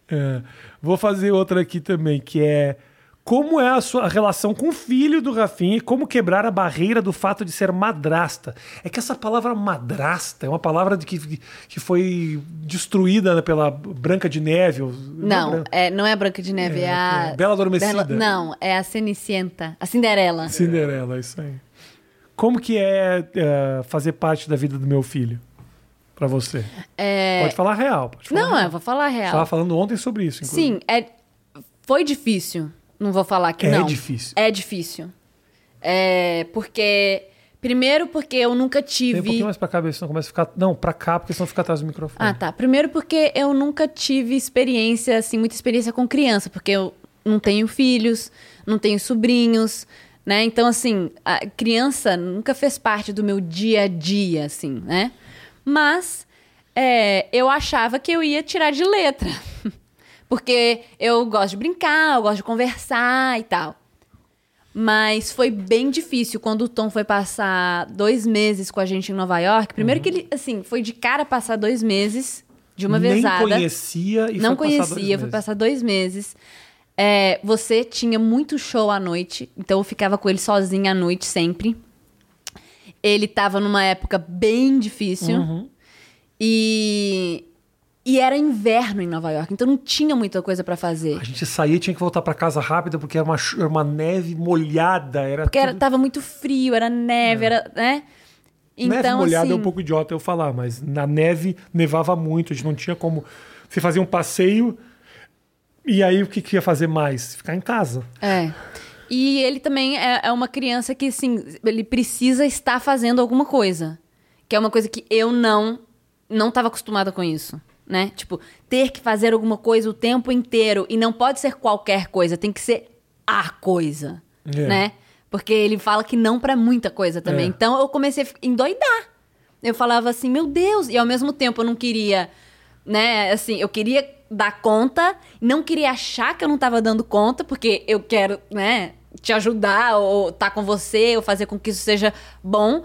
Speaker 1: É. Vou fazer outra aqui também, que é como é a sua relação com o filho do Rafinha e como quebrar a barreira do fato de ser madrasta. É que essa palavra madrasta é uma palavra de que, que foi destruída né, pela Branca de Neve. ou-
Speaker 3: Não,
Speaker 1: Branca-
Speaker 3: é, não é a Branca de Neve, é,
Speaker 1: É,
Speaker 3: a.
Speaker 1: é Bela Adormecida.
Speaker 3: não, é a Cenicienta, a Cinderela.
Speaker 1: Cinderela, é isso aí. Como que é, é, fazer parte da vida do meu filho? Pra você.
Speaker 3: É,
Speaker 1: Pode falar real. Pode falar
Speaker 3: Não,
Speaker 1: real.
Speaker 3: eu vou falar a real.
Speaker 1: Estava falando ontem sobre isso, inclusive.
Speaker 3: Sim, é, foi difícil. Não vou falar que
Speaker 1: É
Speaker 3: não.
Speaker 1: difícil.
Speaker 3: É difícil. É, porque. Primeiro, porque eu nunca
Speaker 1: Vem um
Speaker 3: tive.
Speaker 1: pouquinho mais pra cá, porque senão começa a ficar... Não, pra cá, porque senão fica atrás do microfone.
Speaker 3: Ah, tá. Primeiro porque eu nunca tive experiência, assim, muita experiência com criança, porque eu não tenho filhos, não tenho sobrinhos, né? Então, assim, a criança nunca fez parte do meu dia a dia, assim, né? Mas é, eu achava que eu ia tirar de letra. Porque eu gosto de brincar, eu gosto de conversar e tal. Mas foi bem difícil quando o Tom foi passar dois meses com a gente em Nova York. Primeiro
Speaker 1: Uhum.
Speaker 3: que ele, assim, foi de cara passar dois meses de uma
Speaker 1: Nem
Speaker 3: vezada.
Speaker 1: conhecia e
Speaker 3: não
Speaker 1: foi passar dois
Speaker 3: conhecia, foi
Speaker 1: meses.
Speaker 3: passar dois meses. É, você tinha muito show à noite, então eu ficava com ele sozinha à noite sempre. Ele tava numa época bem difícil.
Speaker 1: Uhum.
Speaker 3: E. E era inverno em Nova York, então não tinha muita coisa pra fazer.
Speaker 1: A gente saía e tinha que voltar pra casa rápido, porque era uma, chu- era uma neve molhada. Era
Speaker 3: Porque era,
Speaker 1: tudo-
Speaker 3: tava muito frio, era neve, era, né? Então,
Speaker 1: É. neve molhada
Speaker 3: assim,
Speaker 1: é um pouco idiota eu falar, mas na neve nevava muito, a gente não tinha como... Você fazia um passeio... E aí, o que, que ia fazer mais? Ficar em casa.
Speaker 3: É. E ele também é, é uma criança que, assim, ele precisa estar fazendo alguma coisa. Que é uma coisa que eu não não estava acostumada com isso, né? Tipo, ter que fazer alguma coisa o tempo inteiro e não pode ser qualquer coisa, tem que ser a coisa,
Speaker 1: É.
Speaker 3: né? Porque ele fala que não pra muita coisa também.
Speaker 1: É.
Speaker 3: Então eu comecei a fi- endoidar. Eu falava assim, meu Deus, e ao mesmo tempo eu não queria, né, assim, eu queria dar conta, não queria achar que eu não tava dando conta, porque eu quero, né, te ajudar ou estar com você, ou fazer com que isso seja bom.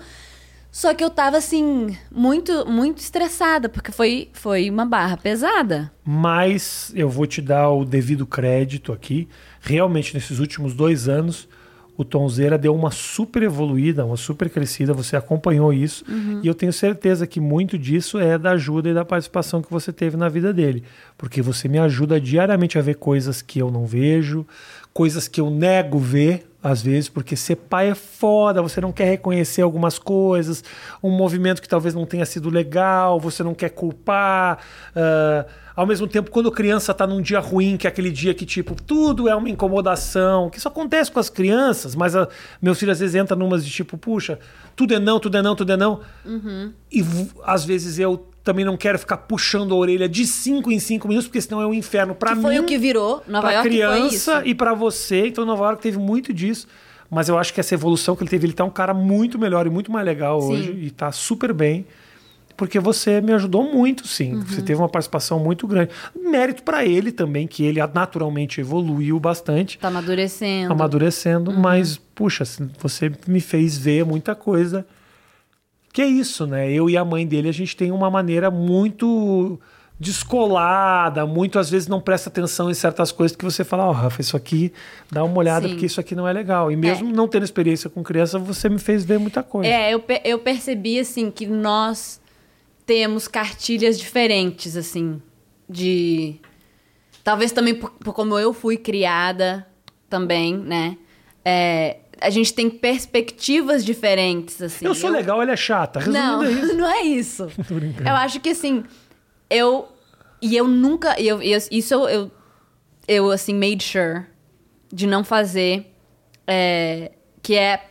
Speaker 3: Só que eu tava assim muito muito estressada, porque foi foi uma barra pesada.
Speaker 1: Mas eu vou te dar o devido crédito aqui. Realmente, nesses últimos dois anos, o Tonzeira deu uma super evoluída, uma super crescida. Você acompanhou isso. E eu tenho certeza que muito disso é da ajuda e da participação que você teve na vida dele. Porque você me ajuda diariamente a ver coisas que eu não vejo, coisas que eu nego ver. Às vezes, porque ser pai é foda, você não quer reconhecer algumas coisas, um movimento que talvez não tenha sido legal, você não quer culpar. ah, ao mesmo tempo, quando criança tá num dia ruim, que é aquele dia que, tipo, tudo é uma incomodação, que isso acontece com as crianças, mas a, meus filhos às vezes entram numas de tipo, puxa, tudo é não, tudo é não, tudo é não.
Speaker 3: Uhum.
Speaker 1: E v- às vezes eu também não quero ficar puxando a orelha de cinco em cinco minutos, porque senão é um inferno pra
Speaker 3: Que
Speaker 1: mim.
Speaker 3: foi o que virou Nova
Speaker 1: pra
Speaker 3: York foi isso.
Speaker 1: criança e pra você. Então, Nova York teve muito disso. Mas eu acho que essa evolução que ele teve, ele tá um cara muito melhor e muito mais legal
Speaker 3: Sim.
Speaker 1: hoje. E tá super bem. Porque você me ajudou muito, sim.
Speaker 3: Uhum.
Speaker 1: Você teve uma participação muito grande. Mérito pra ele também, que ele naturalmente evoluiu bastante,
Speaker 3: Tá amadurecendo. Uhum.
Speaker 1: amadurecendo. Mas, puxa, assim, você me fez ver muita coisa. Que é isso, né? Eu e a mãe dele, a gente tem uma maneira muito descolada, muito às vezes não presta atenção em certas coisas que você fala, ó, Rafa, isso aqui dá uma olhada
Speaker 3: Sim.
Speaker 1: porque isso aqui não é legal. E mesmo não tendo experiência com criança, você me fez ver muita coisa.
Speaker 3: É, eu, pe- eu percebi, assim, que nós temos cartilhas diferentes, assim, de... Talvez também por, por como eu fui criada também, né? É, a gente tem perspectivas diferentes, assim.
Speaker 1: eu sou legal, ela é chata. Resumindo
Speaker 3: Não,
Speaker 1: aí.
Speaker 3: não é isso. eu acho que, assim, eu... E eu nunca... e eu- e eu- isso eu, eu, eu, assim, made sure de não fazer, é, que é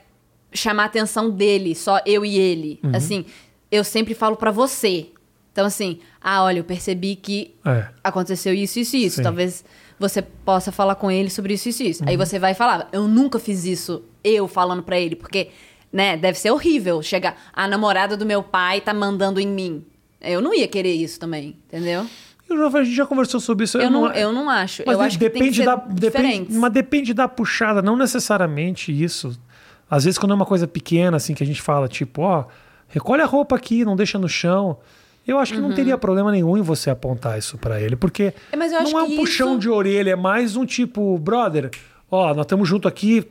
Speaker 3: chamar a atenção dele, só eu e ele.
Speaker 1: Uhum.
Speaker 3: Assim, eu sempre falo pra você. Então, assim, ah, olha, eu percebi que
Speaker 1: É.
Speaker 3: aconteceu isso, isso e isso.
Speaker 1: Sim.
Speaker 3: Talvez você possa falar com ele sobre isso, isso e isso. Aí
Speaker 1: Uhum.
Speaker 3: você vai falar, eu nunca fiz isso, eu falando pra ele, porque, né, deve ser horrível chegar, a namorada do meu pai tá mandando em mim. Eu não ia querer isso também, entendeu?
Speaker 1: E o Rafa, a gente já conversou sobre isso.
Speaker 3: Eu, não, eu não acho.
Speaker 1: Mas
Speaker 3: eu
Speaker 1: de-
Speaker 3: acho que tem
Speaker 1: depende
Speaker 3: que ser
Speaker 1: da
Speaker 3: diferentes.
Speaker 1: depende, mas depende da puxada, não necessariamente isso. Às vezes quando é uma coisa pequena assim que a gente fala, tipo, ó, recolhe a roupa aqui, não deixa no chão. Eu acho que não teria problema nenhum em você apontar isso pra ele, porque
Speaker 3: Uhum. É, mas eu acho
Speaker 1: não é um
Speaker 3: que
Speaker 1: puxão
Speaker 3: isso-
Speaker 1: de orelha, é mais um tipo, brother, ó, nós estamos junto aqui,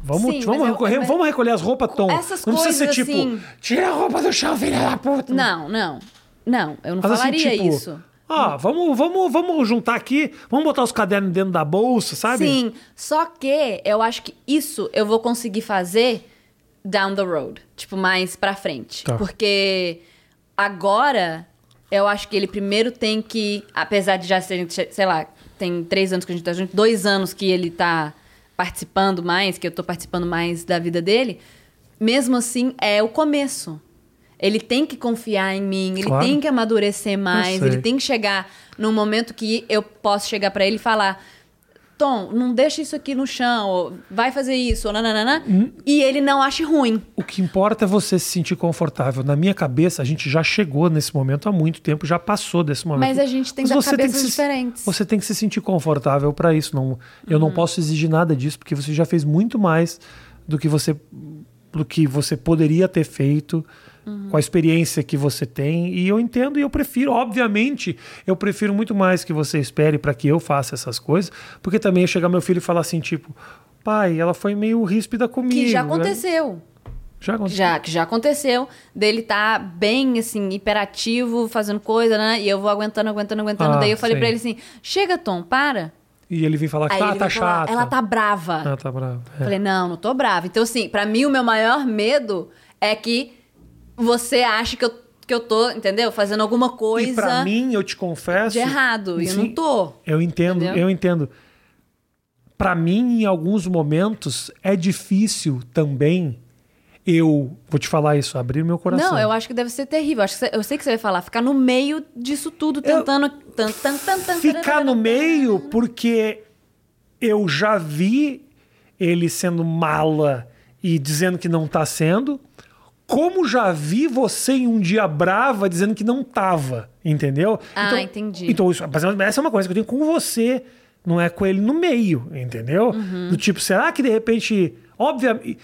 Speaker 1: vamos,
Speaker 3: Sim,
Speaker 1: vamos,
Speaker 3: mas eu-
Speaker 1: recorrer,
Speaker 3: mas-
Speaker 1: vamos recolher as roupas, Tom.
Speaker 3: essas
Speaker 1: não precisa ser
Speaker 3: coisas,
Speaker 1: tipo,
Speaker 3: assim-
Speaker 1: tira a roupa do chão, filha da puta.
Speaker 3: Não, não. Não, eu não
Speaker 1: Mas assim,
Speaker 3: falaria
Speaker 1: tipo,
Speaker 3: isso.
Speaker 1: Ó, vamos, vamos, vamos juntar aqui, vamos botar os cadernos dentro da bolsa, sabe?
Speaker 3: Sim, só que eu acho que isso eu vou conseguir fazer down the road, tipo mais pra frente,
Speaker 1: Tá.
Speaker 3: porque agora eu acho que ele primeiro tem que, apesar de já ser, sei lá, tem três anos que a gente tá junto, dois anos que ele tá participando mais, que eu tô participando mais da vida dele, mesmo assim é o começo. Ele tem que confiar em mim, ele
Speaker 1: Claro.
Speaker 3: tem que amadurecer mais, ele
Speaker 1: sei.
Speaker 3: tem que chegar num momento que eu posso chegar pra ele e falar: Tom, não deixa isso aqui no chão, ou vai fazer isso, ou nananana,
Speaker 1: Hum?
Speaker 3: e ele não ache ruim.
Speaker 1: O que importa é você se sentir confortável. Na minha cabeça, a gente já chegou nesse momento há muito tempo, já passou desse momento.
Speaker 3: Mas a gente tem da-
Speaker 1: você que
Speaker 3: cabeças
Speaker 1: se-
Speaker 3: diferentes. Uhum.
Speaker 1: Você tem que se sentir confortável para isso. Não, eu não posso exigir nada disso, porque você já fez muito mais do que você do que você poderia ter feito
Speaker 3: Uhum.
Speaker 1: com a experiência que você tem. E eu entendo e eu prefiro, obviamente, eu prefiro muito mais que você espere para que eu faça essas coisas, porque também eu chegar meu filho e falar assim, tipo, pai, ela foi meio ríspida comigo.
Speaker 3: Que já
Speaker 1: né?
Speaker 3: aconteceu.
Speaker 1: Já aconteceu.
Speaker 3: Já, que já aconteceu, dele tá bem, assim, hiperativo, fazendo coisa, né? E eu vou aguentando, aguentando, aguentando.
Speaker 1: Ah,
Speaker 3: Daí eu falei
Speaker 1: sei.
Speaker 3: pra ele assim: chega, Tom, para.
Speaker 1: E ele vem falar que
Speaker 3: Aí
Speaker 1: tá,
Speaker 3: ele
Speaker 1: tá
Speaker 3: vai falar,
Speaker 1: chata.
Speaker 3: Ela tá brava.
Speaker 1: Ah, tá brava. É.
Speaker 3: Falei, não, não tô brava. Então, assim, pra mim o meu maior medo é que você ache que eu, que eu tô, entendeu? Fazendo alguma coisa
Speaker 1: E pra mim, eu te confesso.
Speaker 3: é." de errado. E eu
Speaker 1: Sim,
Speaker 3: não tô.
Speaker 1: Eu entendo,
Speaker 3: Entendeu?
Speaker 1: eu entendo. Pra mim, em alguns momentos, é difícil também eu vou te falar isso, abrir meu coração.
Speaker 3: Não, eu acho que deve ser terrível. Eu, acho que você- eu sei que você vai falar, ficar no meio disso tudo, tentando. tan, tan, tan, tan,
Speaker 1: Ficar no
Speaker 3: tararara.
Speaker 1: meio porque eu já vi ele sendo mala e dizendo que não tá sendo, como já vi você em um dia brava dizendo que não tava, entendeu?
Speaker 3: Ah, entendi.
Speaker 1: Então, isso, mas essa é uma coisa que eu tenho com você, não é com ele no meio, entendeu?
Speaker 3: Uhum.
Speaker 1: Do tipo, será que de repente. Obviamente.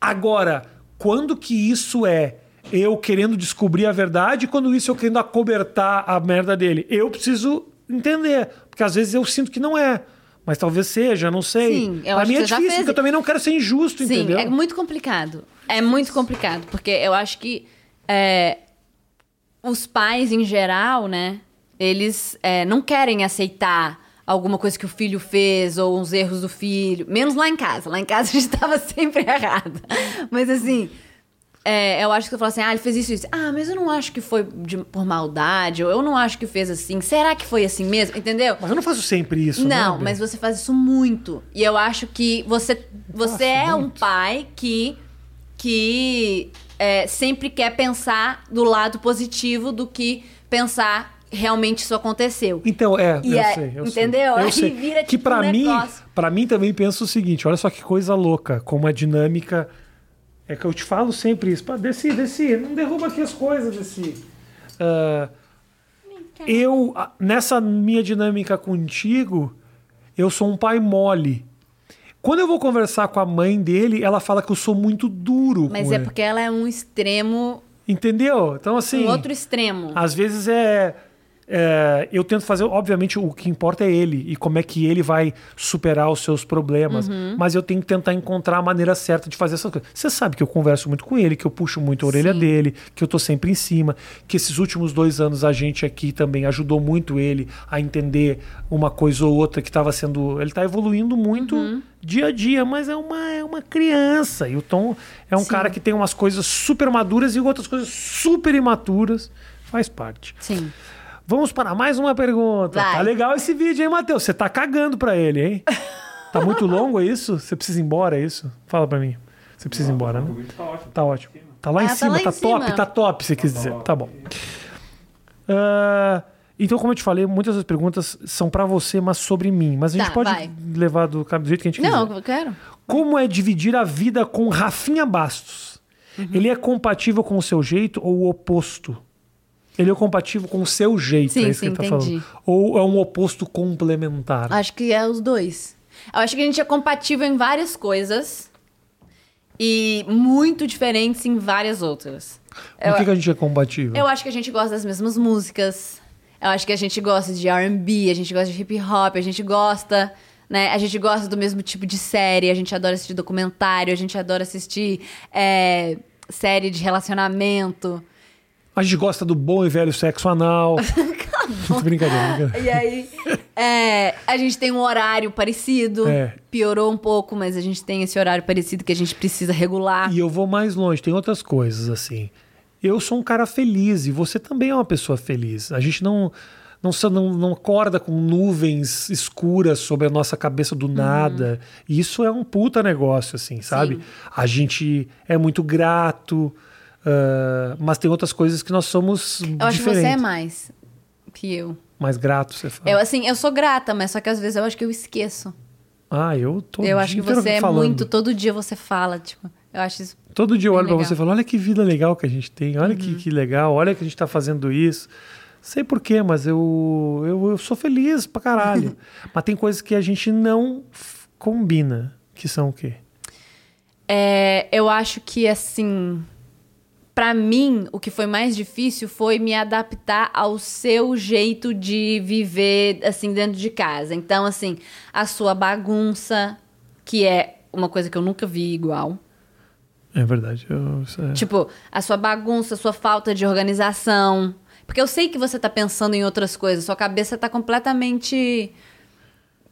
Speaker 1: Agora, quando que isso é eu querendo descobrir a verdade e quando isso eu querendo acobertar a merda dele? Eu preciso entender. Porque às vezes eu sinto que não é. Mas talvez seja, não sei.
Speaker 3: Sim, eu
Speaker 1: pra
Speaker 3: acho
Speaker 1: mim
Speaker 3: que
Speaker 1: é
Speaker 3: você já
Speaker 1: difícil,
Speaker 3: fez.
Speaker 1: porque eu também não quero ser injusto,
Speaker 3: Sim,
Speaker 1: entendeu?
Speaker 3: é muito complicado. É muito complicado, porque eu acho que é, os pais, em geral, né, eles é, não querem aceitar alguma coisa que o filho fez ou uns erros do filho. Menos lá em casa. Lá em casa a gente tava sempre errada. Mas assim. é, eu acho que eu falo assim, ah, ele fez isso e isso. Ah, mas eu não acho que foi de- por maldade, ou eu não acho que fez assim. Será que foi assim mesmo? Entendeu?
Speaker 1: Mas eu não faço sempre isso.
Speaker 3: Não,
Speaker 1: né, Bia?
Speaker 3: mas você faz isso muito. E eu acho que você, você é um pai que, que é, sempre quer pensar do lado positivo do que pensar realmente isso aconteceu.
Speaker 1: Então, é,
Speaker 3: E
Speaker 1: eu
Speaker 3: é-
Speaker 1: sei. Eu
Speaker 3: entendeu?
Speaker 1: Sei. Eu
Speaker 3: Aí
Speaker 1: sei.
Speaker 3: vira,
Speaker 1: que
Speaker 3: tipo,
Speaker 1: pra
Speaker 3: um
Speaker 1: mim,
Speaker 3: negócio.
Speaker 1: para mim também penso o seguinte, olha só que coisa louca, como a dinâmica é que eu te falo sempre isso, pá, desci, desci, não derruba aqui as coisas, desci. Ah, eu a- nessa minha dinâmica contigo, eu sou um pai mole. Quando eu vou conversar com a mãe dele, ela fala que eu sou muito duro
Speaker 3: Mas
Speaker 1: com
Speaker 3: é
Speaker 1: ele.
Speaker 3: porque ela é um extremo,
Speaker 1: Entendeu? Então assim,
Speaker 3: um outro extremo.
Speaker 1: às vezes é, é, Eu tento fazer, obviamente, o que importa é ele e como é que ele vai superar os seus problemas.
Speaker 3: Uhum.
Speaker 1: Mas eu tenho que tentar encontrar a maneira certa de fazer essas coisas. Você sabe que eu converso muito com ele, que eu puxo muito a orelha
Speaker 3: Sim.
Speaker 1: dele, que eu tô sempre em cima, que esses últimos dois anos a gente aqui também ajudou muito ele a entender uma coisa ou outra que estava sendo. Ele tá evoluindo muito
Speaker 3: Uhum.
Speaker 1: dia a dia, mas é uma, é uma criança. E o Tom é um
Speaker 3: Sim.
Speaker 1: cara que tem umas coisas super maduras e outras coisas super imaturas. Faz parte.
Speaker 3: Sim.
Speaker 1: Vamos para mais uma pergunta.
Speaker 3: Vai.
Speaker 1: Tá legal esse vídeo, hein, Matheus? Você tá cagando pra ele, hein? Tá muito longo, é isso? Você precisa ir embora, é isso? Fala pra mim. Você precisa ir embora, né?
Speaker 2: Tá ótimo.
Speaker 1: Tá ótimo. Tá lá
Speaker 3: Ah,
Speaker 1: em
Speaker 3: tá
Speaker 1: cima,
Speaker 3: lá
Speaker 1: tá,
Speaker 3: em
Speaker 1: top,
Speaker 3: cima.
Speaker 1: tá top, você quis dizer. Tá bom. Ah, então, como eu te falei, muitas das perguntas são pra você, mas sobre mim. Mas a gente
Speaker 3: Tá,
Speaker 1: pode
Speaker 3: vai.
Speaker 1: levar do, do jeito que a gente quiser.
Speaker 3: Não, eu quero.
Speaker 1: Como é dividir a vida com Rafinha Bastos?
Speaker 3: Uhum.
Speaker 1: Ele é compatível com o seu jeito ou o oposto? Ele é compatível com o seu jeito,
Speaker 3: Sim,
Speaker 1: é isso
Speaker 3: sim,
Speaker 1: que ele tá
Speaker 3: entendi.
Speaker 1: falando. Ou é um oposto complementar?
Speaker 3: Acho que é os dois. Eu acho que a gente é compatível em várias coisas e muito diferentes em várias outras.
Speaker 1: Por que, que a gente é compatível?
Speaker 3: Eu acho que a gente gosta das mesmas músicas. Eu acho que a gente gosta de R&B, a gente gosta de hip hop, a gente gosta, né? A gente gosta do mesmo tipo de série, a gente adora assistir documentário, a gente adora assistir é, série de relacionamento.
Speaker 1: A gente gosta do bom e velho sexo anal. brincadeira, brincadeira.
Speaker 3: E aí, é, a gente tem um horário parecido.
Speaker 1: É.
Speaker 3: Piorou um pouco, mas a gente tem esse horário parecido que a gente precisa regular.
Speaker 1: E eu vou mais longe, tem outras coisas assim. Eu sou um cara feliz e você também é uma pessoa feliz. A gente não não, se- não, não acorda com nuvens escuras sobre a nossa cabeça
Speaker 3: Hum.
Speaker 1: do nada. E Isso é um puta negócio, assim, sabe? A gente é muito grato, ah, mas tem outras coisas que nós somos
Speaker 3: Eu acho que você é
Speaker 1: diferentes.
Speaker 3: mais que eu.
Speaker 1: mais grato, você fala.
Speaker 3: Eu, assim, eu sou grata, mas só que às vezes eu acho que eu esqueço.
Speaker 1: Ah, eu tô. o
Speaker 3: Eu
Speaker 1: dia
Speaker 3: acho que
Speaker 1: inteiro
Speaker 3: você é
Speaker 1: falando.
Speaker 3: muito, todo dia você fala, tipo, eu acho isso.
Speaker 1: Todo dia eu
Speaker 3: Bem
Speaker 1: olho pra
Speaker 3: legal. Uhum.
Speaker 1: você e falo: olha que vida legal que a gente tem, olha que, que legal, olha que a gente tá fazendo isso. Sei porquê, mas eu, eu, eu sou feliz pra caralho. mas tem coisas que a gente não f- combina, que são o quê?
Speaker 3: É, eu acho que assim, pra mim, o que foi mais difícil foi me adaptar ao seu jeito de viver assim dentro de casa. Então, assim, a sua bagunça, que é uma coisa que eu nunca vi igual.
Speaker 1: É verdade. eu- isso é-
Speaker 3: Tipo, a sua bagunça, a sua falta de organização. Porque eu sei que você tá pensando em outras coisas, sua cabeça tá completamente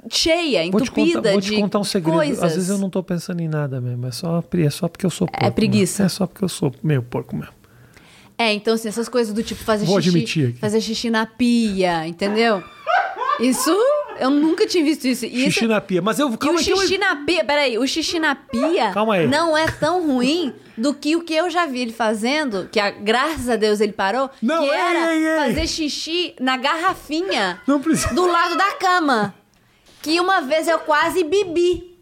Speaker 3: cheia,
Speaker 1: vou,
Speaker 3: entupida
Speaker 1: te contar, vou te
Speaker 3: de
Speaker 1: contar um segredo.
Speaker 3: coisas.
Speaker 1: Às vezes eu não tô pensando em nada mesmo. É só, é só porque eu sou porco. mesmo.
Speaker 3: preguiça.
Speaker 1: É só porque eu sou meio porco mesmo.
Speaker 3: É, então assim, essas coisas do tipo fazer
Speaker 1: Vou
Speaker 3: xixi,
Speaker 1: admitir aqui.
Speaker 3: fazer xixi na pia, entendeu? Isso Eu nunca tinha visto isso. E isso- é
Speaker 1: Xixi na pia. Mas eu.
Speaker 3: e
Speaker 1: Calma
Speaker 3: o
Speaker 1: aí, que eu-
Speaker 3: xixi na pia, peraí, o xixi na pia
Speaker 1: Calma aí.
Speaker 3: não é tão ruim do que o que eu já vi ele fazendo, que a- graças a Deus ele parou,
Speaker 1: Não,
Speaker 3: que
Speaker 1: ei,
Speaker 3: era
Speaker 1: ei, ei.
Speaker 3: fazer xixi na garrafinha
Speaker 1: Não precisa.
Speaker 3: do lado da cama. Que uma vez eu quase bebi.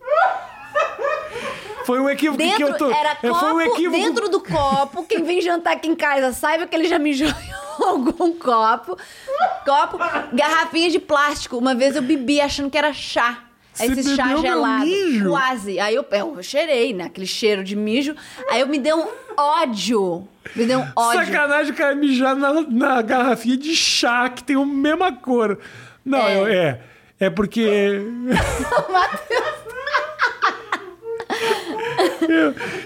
Speaker 1: Foi um equívoco que
Speaker 3: Dentro,
Speaker 1: eu tô.
Speaker 3: era
Speaker 1: é,
Speaker 3: copo,
Speaker 1: foi um equívoco.
Speaker 3: dentro do copo. Quem vem jantar aqui em casa saiba que ele já mijou em algum copo. Copo, garrafinha de plástico. Uma vez eu bebi achando que era chá. Aí
Speaker 1: Você
Speaker 3: Esse chá
Speaker 1: bebeu meu
Speaker 3: gelado.
Speaker 1: mijo?
Speaker 3: Quase. Aí eu, eu cheirei, né? Aquele cheiro de mijo. Aí eu me deu um ódio. Me deu um ódio.
Speaker 1: Sacanagem o cara mijar na, na garrafinha de chá que tem a mesma cor. Não,
Speaker 3: É.
Speaker 1: eu- é. É porque.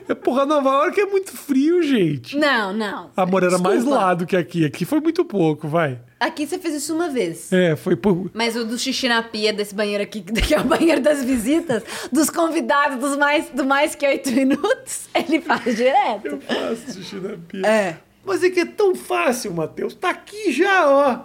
Speaker 1: É, porra, Nova York é muito frio, gente.
Speaker 3: Não, não.
Speaker 1: Amor, era mais
Speaker 3: Desculpa.
Speaker 1: lá do que aqui. Aqui foi muito pouco, vai.
Speaker 3: Aqui você fez isso uma vez.
Speaker 1: É, foi por.
Speaker 3: Mas o do xixi na pia desse banheiro aqui, que é o banheiro das visitas, dos convidados dos mais, do mais que oito minutos, ele faz direto.
Speaker 1: Eu faço xixi na pia.
Speaker 3: É.
Speaker 1: Mas é que é tão fácil, Matheus. Tá aqui já, ó.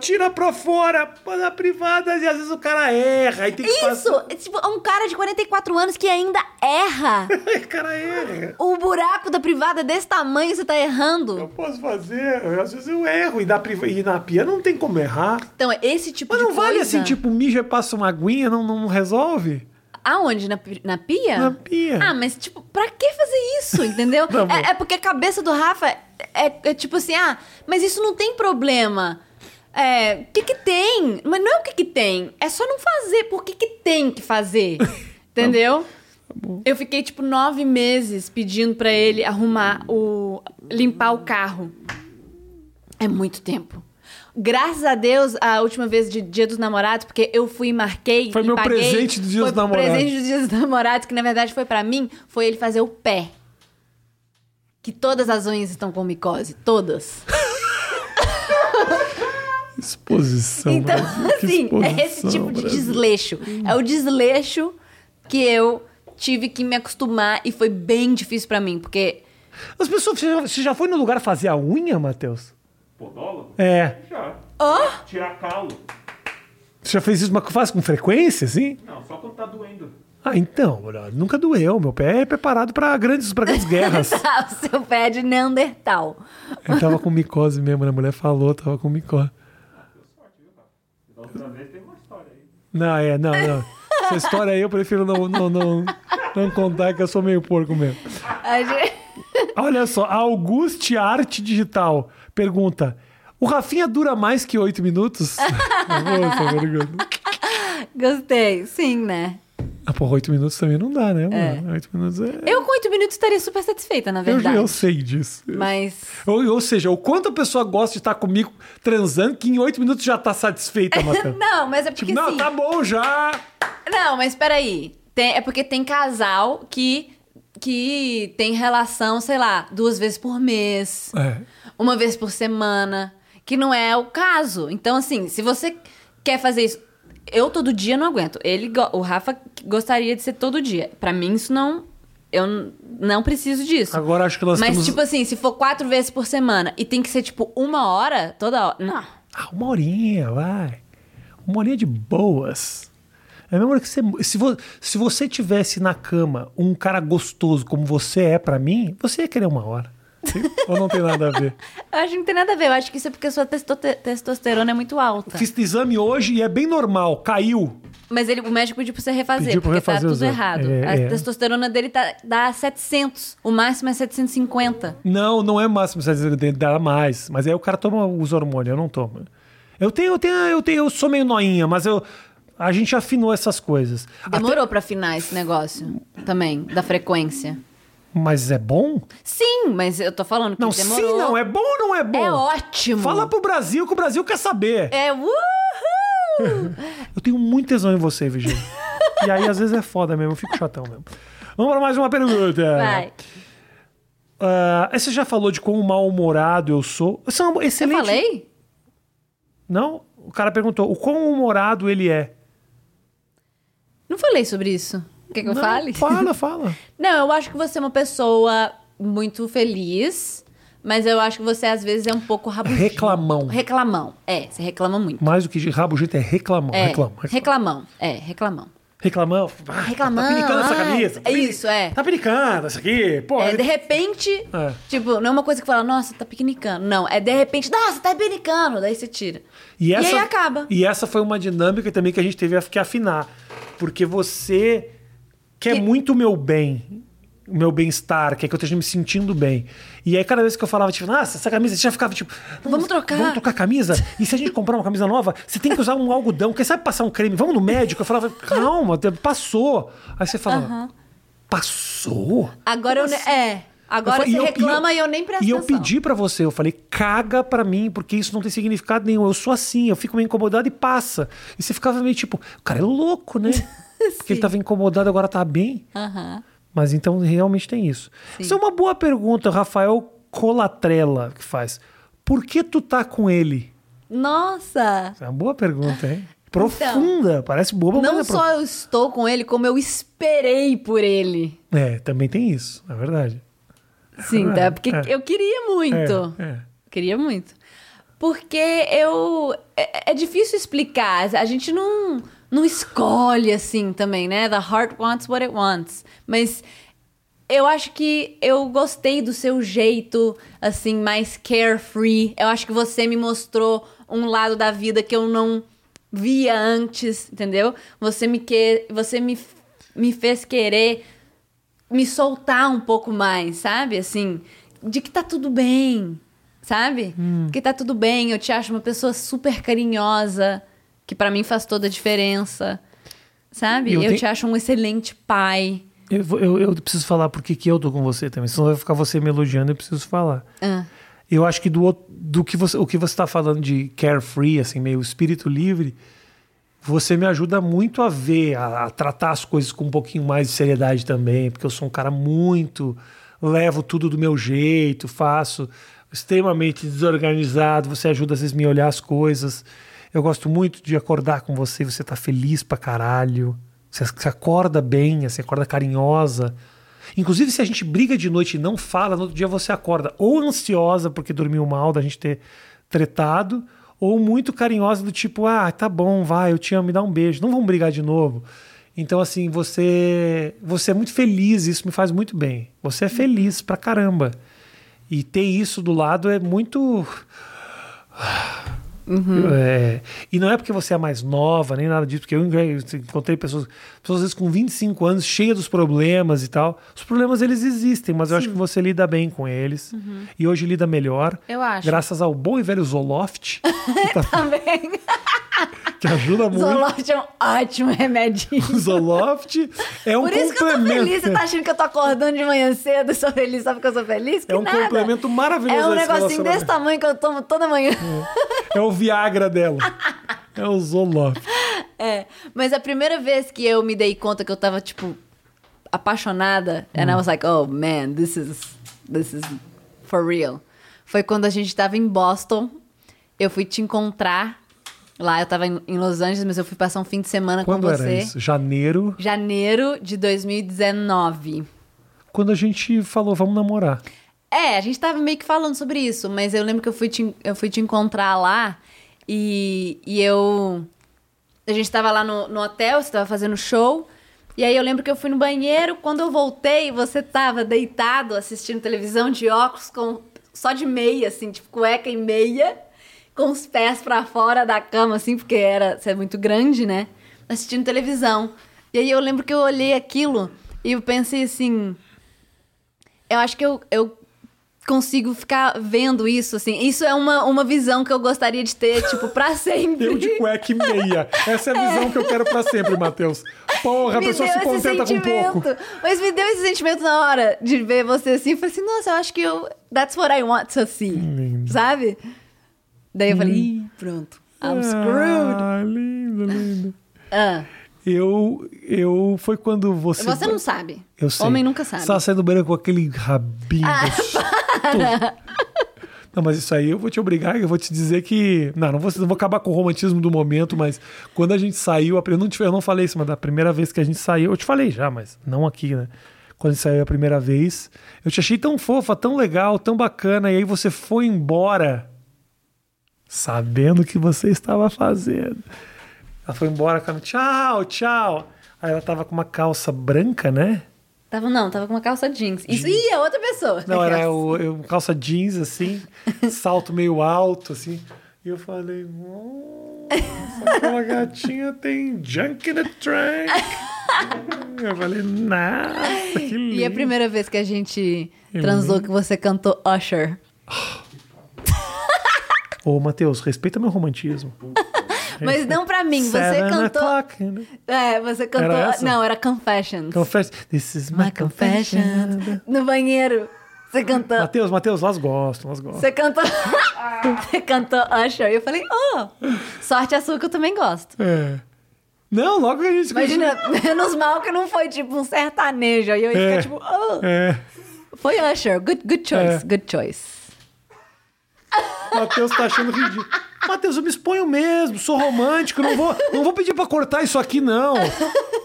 Speaker 1: Tira pra fora, põe na privada e às vezes o cara erra. Aí tem que
Speaker 3: Isso!
Speaker 1: passar.
Speaker 3: É tipo, é um cara de 44 anos que ainda erra.
Speaker 1: O cara erra.
Speaker 3: O buraco da privada é desse tamanho, você tá
Speaker 1: Eu
Speaker 3: errando.
Speaker 1: posso fazer, às vezes eu erro e, dá priva- e na pia não tem como errar.
Speaker 3: Então, é esse tipo
Speaker 1: Mas
Speaker 3: de
Speaker 1: não vale
Speaker 3: coisa-
Speaker 1: assim, tipo, mija e passa uma aguinha, não, não resolve?
Speaker 3: Aonde? Na, pi- na pia?
Speaker 1: Na pia.
Speaker 3: Ah, mas tipo, pra que fazer isso, entendeu?
Speaker 1: Tá bom.
Speaker 3: é, é porque a cabeça do Rafa é, é tipo assim, ah, mas isso não tem problema. É, o que que tem? Mas não é o que que tem, é só não fazer. Por que que tem que fazer?
Speaker 1: Tá
Speaker 3: Entendeu? Eu fiquei tipo nove meses pedindo pra ele arrumar o... limpar o carro. É muito tempo. Graças a Deus, a última vez de Dia dos Namorados, porque eu fui e marquei.
Speaker 1: Foi
Speaker 3: e
Speaker 1: meu
Speaker 3: paguei,
Speaker 1: presente do Dia
Speaker 3: foi
Speaker 1: dos Namorados.
Speaker 3: presente dos Dias dos Namorados, que na verdade foi pra mim, foi ele fazer o pé. Que todas as unhas estão com micose, todas.
Speaker 1: Exposição.
Speaker 3: Então,
Speaker 1: Brasil, que
Speaker 3: assim, é esse
Speaker 1: exposição, né?
Speaker 3: tipo de
Speaker 1: Brasil.
Speaker 3: desleixo. É o desleixo que eu tive que me acostumar e foi bem difícil pra mim, porque
Speaker 1: As pessoas, você já, você já foi no lugar fazer a unha, Matheus?
Speaker 2: Podólogo?
Speaker 1: É.
Speaker 2: Já.
Speaker 3: Hã?
Speaker 2: Tirar calo.
Speaker 1: Você já fez isso, mas faz com frequência, assim?
Speaker 2: Não, só quando tá doendo.
Speaker 1: Ah, então, brother, nunca doeu. Meu pé é preparado pra grandes, pra grandes guerras.
Speaker 3: tá, o seu pé é de Neandertal.
Speaker 1: Eu tava com micose mesmo, né? A mulher falou, tava com micose.
Speaker 2: Da outra vez teve uma história aí.
Speaker 1: Não, é, não, não. Essa história aí eu prefiro não, não, não, não contar, que eu sou meio porco mesmo.
Speaker 3: A gente...
Speaker 1: Olha só, a Auguste Arte Digital pergunta: O Rafinha dura mais que oito minutos? Boa essa pergunta.
Speaker 3: Gostei, sim, né?
Speaker 1: Ah, porra, oito minutos também não dá, né? mano? Oito minutos é.
Speaker 3: Eu com oito minutos estaria super satisfeita, na
Speaker 1: Eu,
Speaker 3: verdade.
Speaker 1: eu sei disso.
Speaker 3: Mas.
Speaker 1: Ou, ou seja, o quanto a pessoa gosta de estar comigo transando, que em oito minutos já tá satisfeita, Matheus.
Speaker 3: Não, mas é
Speaker 1: Tipo,
Speaker 3: porque
Speaker 1: não,
Speaker 3: sim.
Speaker 1: tá bom já.
Speaker 3: Não, mas peraí. Tem, é porque tem casal que, que tem relação, sei lá, duas vezes por mês,
Speaker 1: É.
Speaker 3: uma vez por semana, que não é o caso. Então, assim, se você quer fazer isso. Eu todo dia não aguento. Ele, go- o Rafa gostaria de ser todo dia. Pra mim, isso não. Eu n- não preciso disso.
Speaker 1: Agora acho que nós
Speaker 3: Mas,
Speaker 1: temos.
Speaker 3: tipo assim, se for quatro vezes por semana e tem que ser, tipo, uma hora, toda hora. Não.
Speaker 1: Ah, uma horinha, vai. Uma horinha de boas. É a mesma hora que você. Se, vo- se você tivesse na cama um cara gostoso como você é pra mim, você ia querer uma hora. Ou não tem nada a ver?
Speaker 3: Eu acho que não tem nada a ver. Eu acho que isso é porque a sua testo- te- testosterona é muito alta.
Speaker 1: Fiz exame hoje e é bem normal, caiu.
Speaker 3: Mas ele, o médico pediu pra você refazer,
Speaker 1: Pediu pra
Speaker 3: porque tá
Speaker 1: refazer os
Speaker 3: tudo
Speaker 1: exames.
Speaker 3: errado.
Speaker 1: É,
Speaker 3: a
Speaker 1: é.
Speaker 3: testosterona dele tá, dá 700. O máximo é 750.
Speaker 1: Não, não é máximo, você dizer, tem que dar mais. Mas aí o cara toma os hormônios, eu não tomo. Eu tenho, eu tenho, eu tenho, eu sou meio noinha, mas eu. A gente afinou essas coisas. Ah, Até-
Speaker 3: Demorou pra afinar esse negócio também, da frequência.
Speaker 1: mas é bom?
Speaker 3: Sim, mas eu tô falando que
Speaker 1: Não,
Speaker 3: demorou.
Speaker 1: sim, não. É bom ou não é bom?
Speaker 3: É ótimo.
Speaker 1: Fala pro Brasil que o Brasil quer saber.
Speaker 3: É uhul!
Speaker 1: Eu tenho muito tesão em você, Virgínia. e aí, às vezes, é foda mesmo, eu fico chatão mesmo. Vamos para mais uma pergunta.
Speaker 3: Vai.
Speaker 1: Ah, você já falou de quão mal-humorado eu sou. Você é um
Speaker 3: Eu
Speaker 1: excelente.
Speaker 3: falei?
Speaker 1: Não? O cara perguntou o quão humorado ele é.
Speaker 3: Não falei sobre isso. Quer que eu
Speaker 1: Não,
Speaker 3: fale?
Speaker 1: Fala, fala.
Speaker 3: Não, eu acho que você é uma pessoa muito feliz, Mas eu acho que você às vezes é um pouco rabugento.
Speaker 1: Reclamão.
Speaker 3: Reclamão. É, você reclama muito.
Speaker 1: Mais do que rabugento é reclamão.
Speaker 3: É,
Speaker 1: reclamão. reclamão.
Speaker 3: reclamão. É, reclamão.
Speaker 1: Reclamão. Ah,
Speaker 3: Reclamão,
Speaker 1: Tá pinicando essa
Speaker 3: ah,
Speaker 1: camisa.
Speaker 3: é isso, é.
Speaker 1: Tá pinicando isso aqui. Pô, tá
Speaker 3: É, de repente,
Speaker 1: É.
Speaker 3: tipo, não é uma coisa que fala, nossa, tá piquenicando. Não, é de repente, nossa, tá piquenicando. Daí você tira.
Speaker 1: E, essa,
Speaker 3: aí acaba.
Speaker 1: E essa foi uma dinâmica também que a gente teve que afinar. Porque você quer
Speaker 3: Que-
Speaker 1: muito o meu bem, o meu bem-estar, quer que eu esteja me sentindo bem. E aí, cada vez que eu falava, tipo, nossa, essa camisa, você já ficava tipo, "Não,
Speaker 3: Vamos
Speaker 1: mas
Speaker 3: trocar."
Speaker 1: Vamos trocar a camisa? E se a gente comprar uma camisa nova, você tem que usar um algodão, quem sabe passar um creme? Vamos no médico? Eu falava, calma, passou. Aí você fala, passou?
Speaker 3: Agora eu.
Speaker 1: Como
Speaker 3: ne- É. Agora
Speaker 1: falei,
Speaker 3: você
Speaker 1: e eu-
Speaker 3: reclama e eu, nem presto
Speaker 1: E eu
Speaker 3: atenção.
Speaker 1: pedi pra você, eu falei, caga pra mim, porque isso não tem significado nenhum. Eu sou assim, eu fico meio incomodado e passa. E você ficava meio tipo, o cara é louco, né? porque ele tava incomodado, agora tá bem.
Speaker 3: Aham.
Speaker 1: Mas então realmente tem isso. Isso é uma boa pergunta, Rafael Colatrella, que faz. Por que tu tá com ele?
Speaker 3: Nossa!
Speaker 1: É uma boa pergunta, hein? Profunda, parece boba,
Speaker 3: Então, Não
Speaker 1: mas é
Speaker 3: só eu estou com ele, como eu esperei por ele.
Speaker 1: pro- É, também tem isso, é verdade.
Speaker 3: Sim, tá? Porque
Speaker 1: É.
Speaker 3: eu queria muito.
Speaker 1: É, é.
Speaker 3: Queria muito. Porque eu. É, é difícil explicar. A gente não, não escolhe assim também, né? The heart wants what it wants. Mas eu acho que eu gostei do seu jeito, assim, mais carefree. Eu acho que você me mostrou um lado da vida que eu não via antes, entendeu? Você me, que... você me, me fez querer me soltar um pouco mais, sabe? Assim, de que tá tudo bem, sabe?
Speaker 1: Hum.
Speaker 3: Que tá tudo bem, eu te acho uma pessoa super carinhosa, que pra mim faz toda a diferença, sabe?
Speaker 1: Eu
Speaker 3: Eu,
Speaker 1: tenho-
Speaker 3: te acho um excelente pai.
Speaker 1: Eu, vou- eu, eu preciso falar porque que eu tô com você também. Senão vai ficar você me elogiando, eu preciso falar.
Speaker 3: Ah,
Speaker 1: Eu acho que do, outro- do que você, o que você tá falando de carefree, assim, meio espírito livre, você me ajuda muito a ver, a, a tratar as coisas com um pouquinho mais de seriedade também, porque eu sou um cara muito. levo tudo do meu jeito, faço extremamente desorganizado, você ajuda às vezes me olhar as coisas. Eu gosto muito de acordar com você, você tá feliz pra caralho. Você, você acorda bem, você acorda carinhosa. Inclusive, se a gente briga de noite e não fala, no outro dia você acorda ou ansiosa porque dormiu mal da gente ter tretado, ou muito carinhosa do tipo, ah, tá bom, vai, eu te amo, me dá um beijo, não vamos brigar de novo. Então, assim, você, você é muito feliz, isso me faz muito bem. Você é feliz pra caramba. E ter isso do lado é muito.
Speaker 3: Hum.
Speaker 1: É, e não é porque você é mais nova, nem nada disso, porque eu encontrei pessoas, pessoas às vezes com 25 anos, cheia dos problemas e tal. Os problemas eles existem, mas eu acho que você lida bem com eles. E hoje lida melhor.
Speaker 3: Uhum. Eu acho.
Speaker 1: Graças ao bom e velho Zoloft, que, tá-
Speaker 3: Também.
Speaker 1: que ajuda muito.
Speaker 3: Zoloft é um ótimo remedinho.
Speaker 1: O Zoloft é um
Speaker 3: Por isso que eu tô
Speaker 1: complemento.
Speaker 3: feliz. Você tá achando que eu tô acordando de manhã cedo e sou feliz só porque eu sou feliz? Que
Speaker 1: É um
Speaker 3: nada.
Speaker 1: complemento maravilhoso.
Speaker 3: É um
Speaker 1: a esse
Speaker 3: negocinho
Speaker 1: relacionamento.
Speaker 3: desse tamanho que eu tomo toda manhã.
Speaker 1: É o Viagra dela. É o Zoloft.
Speaker 3: É, mas a primeira vez que eu me dei conta que eu tava, tipo, apaixonada, and I
Speaker 1: Hum.
Speaker 3: was like, oh man, this is, this is for real. Foi quando a gente tava em Boston, eu fui te encontrar lá, eu tava em, em Los Angeles, mas eu fui passar um fim de semana
Speaker 1: Quando
Speaker 3: com
Speaker 1: era
Speaker 3: você.
Speaker 1: isso? Janeiro,
Speaker 3: Janeiro de 2019.
Speaker 1: quando a gente falou, vamos namorar.
Speaker 3: É, a gente tava meio que falando sobre isso, mas eu lembro que eu fui te, en- eu fui te encontrar lá e, e eu. A gente tava lá no, no hotel, você tava fazendo show. E aí eu lembro que eu fui no banheiro, quando eu voltei, você tava deitado assistindo televisão de óculos, com, só de meia, assim, tipo cueca e meia, com os pés pra fora da cama, assim, porque era, você é muito grande, né? Assistindo televisão. E aí eu lembro que eu olhei aquilo e eu pensei assim. Eu acho que eu, eu consigo ficar vendo isso, assim. Isso é uma, uma visão que eu gostaria de ter, tipo, pra sempre.
Speaker 1: Eu de cueca e meia. Essa é a visão que eu quero pra sempre, Matheus. Porra, a pessoa se contenta com pouco.
Speaker 3: Mas me deu esse sentimento na hora de ver você assim. Eu falei assim, nossa, eu acho que eu... That's what I want to see. Sabe? Daí eu falei, "Ih, pronto. I'm screwed.
Speaker 1: Ah, lindo, lindo.
Speaker 3: Ah,
Speaker 1: Eu, eu, foi quando você...
Speaker 3: você não sabe.
Speaker 1: Eu sei.
Speaker 3: Homem nunca sabe. Ah,
Speaker 1: Você tava saindo do banheiro com aquele rabinho. gostoso. Não, mas isso aí eu vou te obrigar, eu vou te dizer que. Não, não vou, não vou acabar com o romantismo do momento, mas quando a gente saiu, a pri- eu não, te, eu não falei isso, mas da primeira vez que a gente saiu, eu te falei já, mas não aqui, né? quando saiu a primeira vez. Eu te achei tão fofa, tão legal, tão bacana, e aí você foi embora sabendo o que você estava fazendo. Ela foi embora com a tchau, tchau. Aí ela tava com uma calça branca, né?
Speaker 3: Tava, não, tava com uma calça jeans. Isso, ih, é outra pessoa.
Speaker 1: Não, era o, eu- calça jeans, assim, salto meio alto, assim. E eu falei, nossa, aquela gatinha tem junk in the trunk. Eu falei, nossa, que lindo.
Speaker 3: E é a primeira vez que a gente transou que você cantou Usher.
Speaker 1: Ô, Matheus, respeita meu romantismo.
Speaker 3: Mas não pra mim, você
Speaker 1: Seven
Speaker 3: cantou.
Speaker 1: o'clock, né?
Speaker 3: É, você cantou.
Speaker 1: Era essa?
Speaker 3: não, era Confessions.
Speaker 1: Confess, this is my
Speaker 3: My Confessions.
Speaker 1: confession.
Speaker 3: No banheiro. Você cantou.
Speaker 1: Matheus, Matheus, elas gostam, elas gostam.
Speaker 3: Você cantou. você cantou Usher. E eu falei, oh, sorte a sua que eu também gosto.
Speaker 1: É. Não, logo que a gente
Speaker 3: Imagina, menos mal que não foi tipo um sertanejo. Aí eu ia ficar
Speaker 1: É.
Speaker 3: tipo, oh.
Speaker 1: É.
Speaker 3: Foi Usher. Good, good choice,
Speaker 1: É.
Speaker 3: good choice.
Speaker 1: Matheus tá achando ridículo. Matheus, eu me exponho mesmo, sou romântico, não vou, não vou pedir pra cortar isso aqui, não.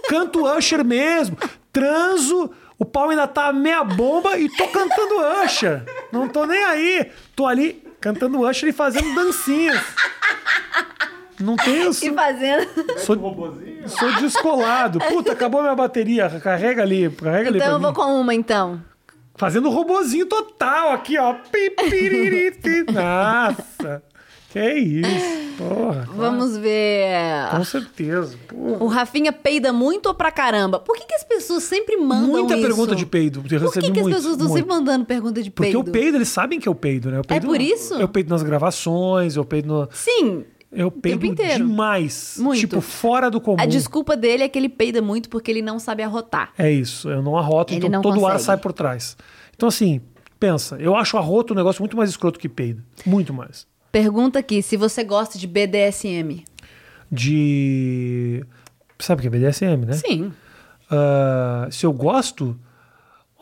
Speaker 1: Canto Usher mesmo, transo, o pau ainda tá a meia bomba e tô cantando Usher. Não tô nem aí, tô ali cantando Usher e fazendo dancinhas. Não tenho...
Speaker 3: E fazendo.
Speaker 1: Sou,
Speaker 2: Um Robozinho?
Speaker 1: sou descolado. Puta, acabou minha bateria, carrega ali, carrega ali pra
Speaker 3: Então eu
Speaker 1: mim.
Speaker 3: vou com uma, então.
Speaker 1: Fazendo robozinho total aqui, ó. Pi, piriri, ti. Nossa! Que isso, porra.
Speaker 3: Vamos ver.
Speaker 1: Com certeza, porra.
Speaker 3: Ah. O Rafinha peida muito ou pra caramba? Por que, que as pessoas sempre mandam
Speaker 1: Muita
Speaker 3: isso?
Speaker 1: pergunta de peido. Eu
Speaker 3: Por que,
Speaker 1: recebi
Speaker 3: que
Speaker 1: muito,
Speaker 3: as pessoas estão
Speaker 1: muito.
Speaker 3: sempre mandando pergunta de
Speaker 1: Porque
Speaker 3: peido?
Speaker 1: o peido, eles sabem que é o peido, né? Eu peido,
Speaker 3: por isso?
Speaker 1: Eu peido nas gravações, eu peido no...
Speaker 3: Sim.
Speaker 1: Eu peido
Speaker 3: inteiro.
Speaker 1: demais.
Speaker 3: Muito.
Speaker 1: Tipo, fora do comum.
Speaker 3: A desculpa dele é que ele peida muito porque ele não sabe arrotar.
Speaker 1: É isso, eu não arroto,
Speaker 3: Ele
Speaker 1: então
Speaker 3: não
Speaker 1: todo o ar
Speaker 3: consegue.
Speaker 1: sai por trás. Então, assim, pensa, eu acho arroto um negócio muito mais escroto que peido. Muito mais.
Speaker 3: Pergunta aqui se você gosta de BDSM.
Speaker 1: de. Sabe o que é BDSM, né?
Speaker 3: Sim.
Speaker 1: Ah, se eu gosto.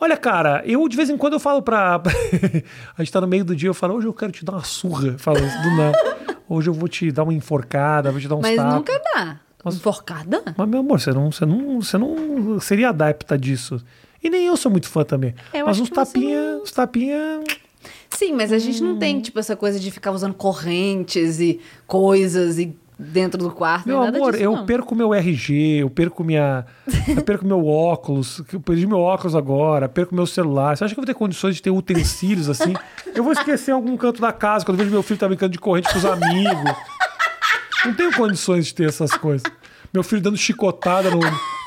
Speaker 1: Olha, cara, eu de vez em quando eu falo pra. a gente tá no meio do dia, eu falo, hoje eu quero te dar uma surra. Eu Falo isso do nada. Hoje eu vou te dar uma enforcada, vou te dar uns
Speaker 3: Mas
Speaker 1: tapas.
Speaker 3: nunca dá. Enforcada?
Speaker 1: Mas, meu amor, você não, você, não, você não seria adepta disso. E nem eu sou muito fã também.
Speaker 3: Eu
Speaker 1: Mas
Speaker 3: acho
Speaker 1: uns
Speaker 3: que você
Speaker 1: tapinha, uns tapinha.
Speaker 3: Sim, mas a gente não
Speaker 1: Hum.
Speaker 3: tem, tipo, essa coisa de ficar usando correntes e coisas e dentro do quarto.
Speaker 1: Meu
Speaker 3: nem nada
Speaker 1: amor,
Speaker 3: disso,
Speaker 1: eu
Speaker 3: não.
Speaker 1: perco meu RG, eu perco minha. eu perco meu óculos, que eu perdi meu óculos agora, perco meu celular. Você acha que eu vou ter condições de ter utensílios assim? Eu vou esquecer em algum canto da casa quando eu vejo meu filho tá brincando de corrente com os amigos. Não tenho condições de ter essas coisas. Meu filho dando chicotada no,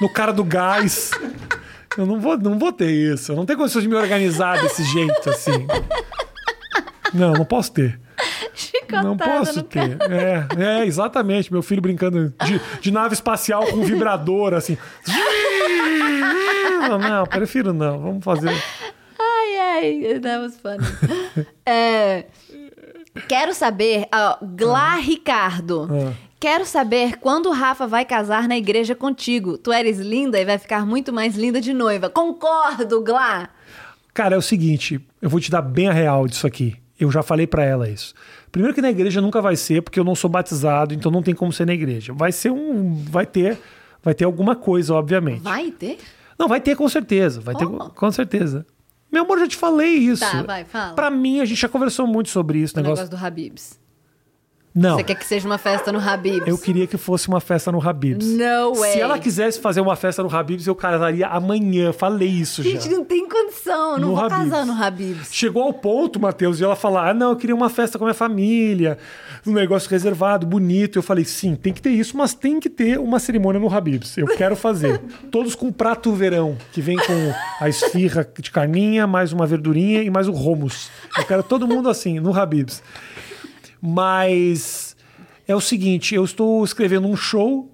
Speaker 1: no cara do gás. Eu não vou, não vou ter isso. Eu não tenho condições de me organizar desse jeito, assim. Não, não posso ter.
Speaker 3: Chicotada tá?
Speaker 1: Não posso
Speaker 3: no
Speaker 1: ter. É, é, exatamente. Meu filho brincando de, de nave espacial com vibrador, assim. Não, prefiro não. Vamos fazer.
Speaker 3: Ai, ai, that was funny. É, quero saber, ó, Glá Ricardo.
Speaker 1: Ah.
Speaker 3: Quero saber quando o Rafa vai casar na igreja contigo. Tu eres linda e vai ficar muito mais linda de noiva. Concordo, Glá.
Speaker 1: Cara, é o seguinte, eu vou te dar bem a real disso aqui. Eu já falei pra ela isso. Primeiro que na igreja nunca vai ser, porque eu não sou batizado, então não tem como ser na igreja. Vai ser um, vai ter, vai ter alguma coisa, obviamente.
Speaker 3: Vai ter?
Speaker 1: Não, vai ter com certeza. Vai ter
Speaker 3: Oh.
Speaker 1: com- com certeza. Meu amor, eu já te falei isso.
Speaker 3: Tá, vai, fala.
Speaker 1: Pra mim, a gente já conversou muito sobre isso.
Speaker 3: O
Speaker 1: Negócio...
Speaker 3: negócio do Habibs.
Speaker 1: Não.
Speaker 3: Você quer que seja uma festa no Habibs?
Speaker 1: Eu queria que fosse uma festa no Habibs.
Speaker 3: No way.
Speaker 1: Se ela quisesse fazer uma festa no Habibs, eu casaria amanhã. Falei isso já.
Speaker 3: Gente, não tem condição. eu Não
Speaker 1: No
Speaker 3: vou
Speaker 1: Habib's.
Speaker 3: casar no Habibs.
Speaker 1: Chegou ao ponto, Matheus, de ela falar: Ah, não, eu queria uma festa com a minha família, um negócio reservado, bonito. Eu falei: Sim, tem que ter isso, mas tem que ter uma cerimônia no Habibs. Eu quero fazer. Todos com prato verão, que vem com a esfirra de carninha, mais uma verdurinha e mais o romos. Eu quero todo mundo assim, no Habibs. Mas é o seguinte, eu estou escrevendo um show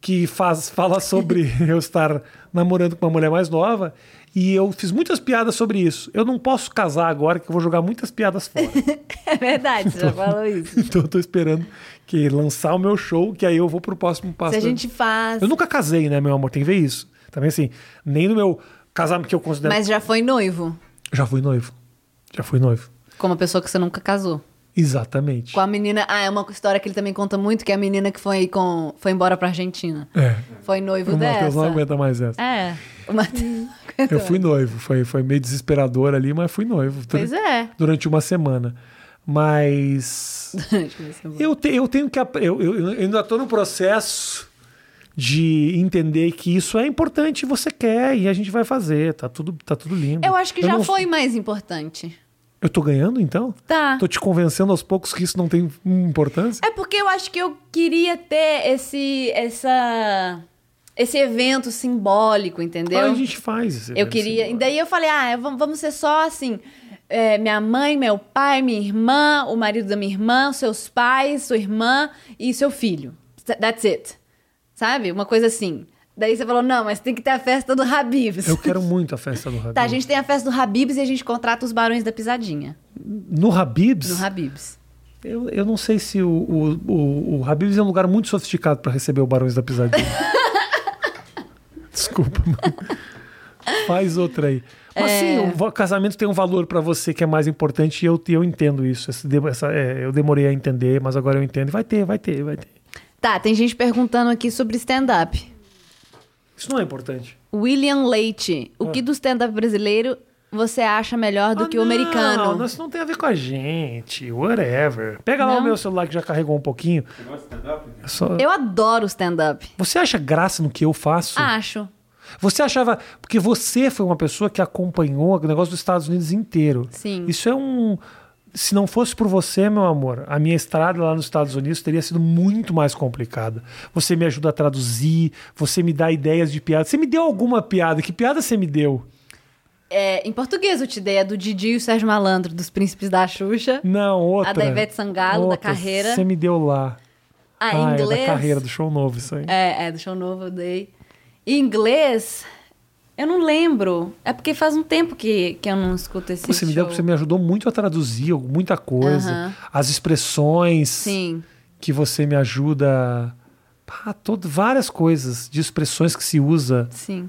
Speaker 1: que faz, fala sobre eu estar namorando com uma mulher mais nova e eu fiz muitas piadas sobre isso. Eu não posso casar agora que eu vou jogar muitas piadas fora.
Speaker 3: É verdade, você já falou isso.
Speaker 1: então eu tô esperando que lançar o meu show, que aí eu vou pro próximo passo.
Speaker 3: Se a gente faz...
Speaker 1: Eu nunca casei, né, meu amor? Tem que ver isso. Também assim, nem no meu casamento que eu considero...
Speaker 3: Mas já foi noivo.
Speaker 1: Já fui noivo. Já fui noivo.
Speaker 3: Com uma pessoa que você nunca casou.
Speaker 1: Exatamente.
Speaker 3: Com a menina. Ah, é uma história que ele também conta muito, que é a menina que foi, com, foi embora pra Argentina.
Speaker 1: É.
Speaker 3: Foi noivo
Speaker 1: O Matheus não
Speaker 3: dessa.
Speaker 1: aguenta mais essa.
Speaker 3: É. O Matheus.
Speaker 1: Eu fui noivo, foi, foi meio desesperador ali, mas fui noivo. Dur-
Speaker 3: Então. Pois é.
Speaker 1: Durante uma semana. Mas eu, te- eu tenho que. ap- Eu, eu- eu ainda estou no processo de entender que isso é importante, você quer, e a gente vai fazer. Tá tudo, tá tudo lindo.
Speaker 3: Eu acho que já
Speaker 1: não-
Speaker 3: foi mais importante.
Speaker 1: Eu tô ganhando, então?
Speaker 3: Tá.
Speaker 1: Tô te convencendo aos poucos que isso não tem hum, importância?
Speaker 3: É porque eu acho que eu queria ter esse, essa, esse evento simbólico, entendeu?
Speaker 1: Aí a gente faz isso.
Speaker 3: eu queria. e daí eu falei, ah, vamos vamos ser só assim. é, minha mãe, meu pai, minha irmã, o marido da minha irmã, seus pais, sua irmã e seu filho. That's it. Sabe? Uma coisa assim. Daí você falou, não, mas tem que ter a festa do Habibs.
Speaker 1: Eu quero muito a festa do Habibs.
Speaker 3: Tá, a gente tem a festa do Habibs e a gente contrata os barões da pisadinha.
Speaker 1: No Habibs,
Speaker 3: No Habibs.
Speaker 1: eu, eu não sei se o, o, o, o Habibs é um lugar muito sofisticado para receber o Barões da Pisadinha. Desculpa, mano. Faz outra aí. Mas sim,
Speaker 3: É.
Speaker 1: o va- casamento tem um valor para você que é mais importante e eu, e eu entendo isso. Esse de- essa- é, eu demorei a entender, mas agora eu entendo. E Vai ter, vai ter, vai ter.
Speaker 3: Tá, tem gente perguntando aqui sobre stand-up.
Speaker 1: Isso não é importante.
Speaker 3: William Leite. O que do stand-up brasileiro você acha melhor do
Speaker 1: Ah,
Speaker 3: que o americano?
Speaker 1: Não, não, isso não tem a ver com a gente. Whatever. Pega lá
Speaker 3: Não?
Speaker 1: o meu celular que já carregou um pouquinho.
Speaker 2: Você gosta de stand-up?
Speaker 1: É só-
Speaker 3: Eu adoro stand-up.
Speaker 1: Você acha graça no que eu faço?
Speaker 3: Acho.
Speaker 1: Você achava. Porque você foi uma pessoa que acompanhou o negócio dos Estados Unidos inteiro.
Speaker 3: Sim.
Speaker 1: Isso é um. Se não fosse por você, meu amor, a minha estrada lá nos Estados Unidos teria sido muito mais complicada. Você me ajuda a traduzir, você me dá ideias de piada. Você me deu alguma piada? Que piada você me deu?
Speaker 3: É, em português eu te dei a do Didi e o Sérgio Malandro, dos Príncipes da Xuxa.
Speaker 1: Não, outra.
Speaker 3: A da Ivete Sangalo, da
Speaker 1: Outra,
Speaker 3: Carreira.
Speaker 1: Você me deu lá.
Speaker 3: A
Speaker 1: ah,
Speaker 3: em
Speaker 1: é
Speaker 3: inglês.
Speaker 1: da carreira, do show novo, isso aí.
Speaker 3: É, é, do show novo eu dei. Em inglês, eu não lembro. É porque faz um tempo que, que eu não escuto esse
Speaker 1: Você me, deu,
Speaker 3: show.
Speaker 1: você me ajudou muito a traduzir muita coisa.
Speaker 3: Aham.
Speaker 1: As expressões
Speaker 3: Sim.
Speaker 1: que você me ajuda. Pá, todo, várias coisas de expressões que se usa.
Speaker 3: Sim.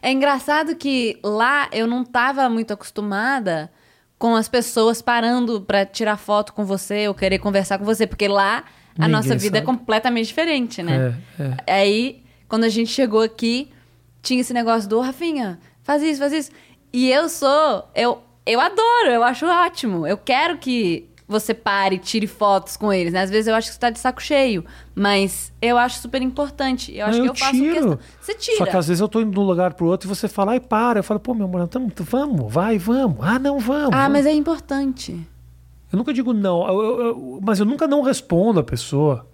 Speaker 3: É engraçado que lá eu não tava muito acostumada com as pessoas parando pra tirar foto com você ou querer conversar com você, porque lá a
Speaker 1: Ninguém
Speaker 3: nossa vida é
Speaker 1: sabe.
Speaker 3: completamente diferente, né?
Speaker 1: É, é.
Speaker 3: Aí, quando a gente chegou aqui, tinha esse negócio do Rafinha, faz isso, faz isso. E eu sou, eu, eu adoro, eu acho ótimo. Eu quero que você pare, e tire fotos com eles, né? Às vezes eu acho que você tá de saco cheio, mas eu acho super importante. Eu acho
Speaker 1: Não,
Speaker 3: que eu faço questão. Você tira.
Speaker 1: Ah, Só que às vezes eu tô indo de um lugar pro outro e você fala, ai, para. Eu falo, pô, meu amor, tamo, vamos, vai, vamos. Ah, não, vamos.
Speaker 3: Ah,
Speaker 1: vamos."
Speaker 3: mas é importante.
Speaker 1: Eu nunca digo não, eu- eu- eu- mas eu nunca não respondo a pessoa.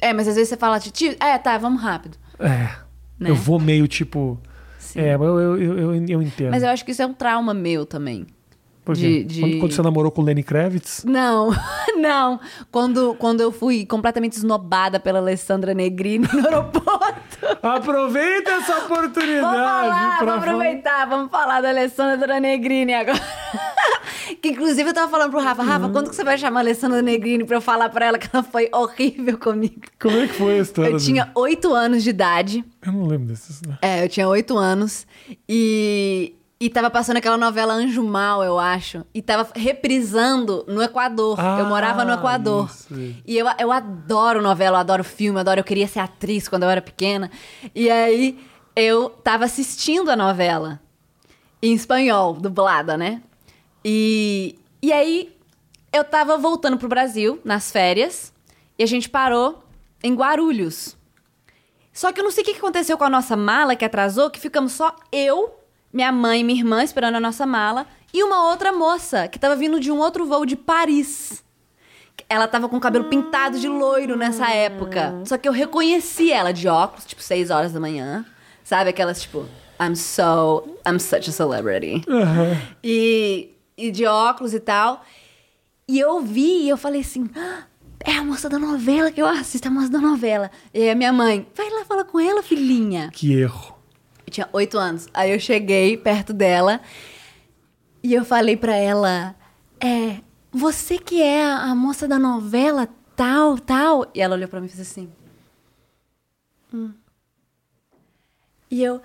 Speaker 3: É, mas às vezes você fala, tio, é, tá, vamos rápido.
Speaker 1: É.
Speaker 3: Né?
Speaker 1: Eu vou meio tipo.
Speaker 3: Sim.
Speaker 1: É, eu, eu, eu, eu- eu entendo.
Speaker 3: Mas eu acho que isso é um trauma meu também.
Speaker 1: Por quê?
Speaker 3: de- de-
Speaker 1: Quando, quando você namorou com o Lenny Kravitz?
Speaker 3: Não, não. Quando, quando eu fui completamente esnobada pela Alessandra Negrini no aeroporto.
Speaker 1: Aproveita essa oportunidade
Speaker 3: Vamos falar,
Speaker 1: pra
Speaker 3: vamos aproveitar, vamos falar da Alessandra Negrini agora. que inclusive eu tava falando pro Rafa, Rafa,
Speaker 1: Uhum.
Speaker 3: quando que você vai chamar a Alessandra Negrini pra eu falar pra ela que ela foi horrível comigo?
Speaker 1: Como é que foi a história?
Speaker 3: Eu
Speaker 1: do-
Speaker 3: tinha oito anos de idade.
Speaker 1: Eu não lembro desses. né?
Speaker 3: É, eu tinha oito anos e. E tava passando aquela novela Anjo Mal, eu acho. E tava reprisando no Equador.
Speaker 1: Ah,
Speaker 3: eu morava no Equador.
Speaker 1: isso.
Speaker 3: E eu, eu adoro novela, eu adoro filme, eu adoro. Eu queria ser atriz quando eu era pequena. E aí eu tava assistindo a novela. Em espanhol, dublada, né? E, e aí eu tava voltando pro Brasil nas férias. E a gente parou em Guarulhos. Só que eu não sei o que que aconteceu com a nossa mala que atrasou, que ficamos só eu, minha mãe e minha irmã esperando a nossa mala e uma outra moça que tava vindo de um outro voo de Paris. Ela tava com o cabelo pintado de loiro nessa época. Só que eu reconheci ela de óculos, tipo, 6 horas da manhã. Sabe aquelas tipo, I'm so, I'm such a celebrity. E, e de óculos e tal. E eu vi e eu falei assim: "Ah, é a moça da novela que eu assisto, a moça da novela. E aí a minha mãe, vai lá falar com ela, filhinha.
Speaker 1: Que erro.
Speaker 3: Eu tinha oito anos. Aí eu cheguei perto dela e eu falei pra ela: é, você que é a, a moça da novela tal, tal. E ela olhou pra mim e fez assim. "Hum." E eu,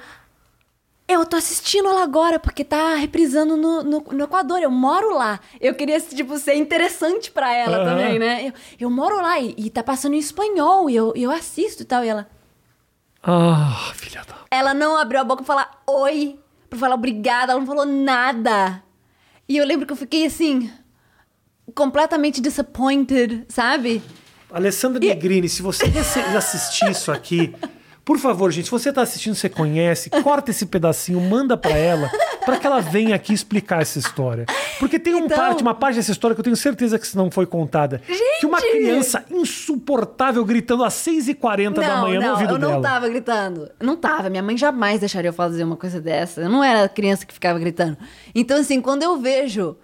Speaker 3: Eu tô assistindo ela agora, porque tá reprisando no, no, no Equador. Eu moro lá. Eu queria, tipo, ser interessante pra ela
Speaker 1: Aham.
Speaker 3: também, né? Eu, eu moro lá e, e tá passando em espanhol e eu, eu assisto e tal. E ela.
Speaker 1: Ah, filha da.
Speaker 3: Ela não abriu a boca pra falar oi, pra falar obrigada, ela não falou nada. E eu lembro que eu fiquei assim, completamente disappointed, sabe?
Speaker 1: Alessandra Negrini, se você rece- assistir isso aqui, por favor, gente, se você tá assistindo, você conhece, corta esse pedacinho, manda pra ela, pra que ela venha aqui explicar essa história. Porque tem um
Speaker 3: Então-
Speaker 1: parte, uma parte dessa história que eu tenho certeza que se não foi contada. Que uma
Speaker 3: Gente!
Speaker 1: criança insuportável gritando às 6h40 da manhã no
Speaker 3: não,
Speaker 1: ouvido
Speaker 3: eu não
Speaker 1: dela.
Speaker 3: tava gritando. Eu Não tava. Minha mãe jamais deixaria eu fazer uma coisa dessa. Eu não era criança que ficava gritando. Então, assim, quando eu vejo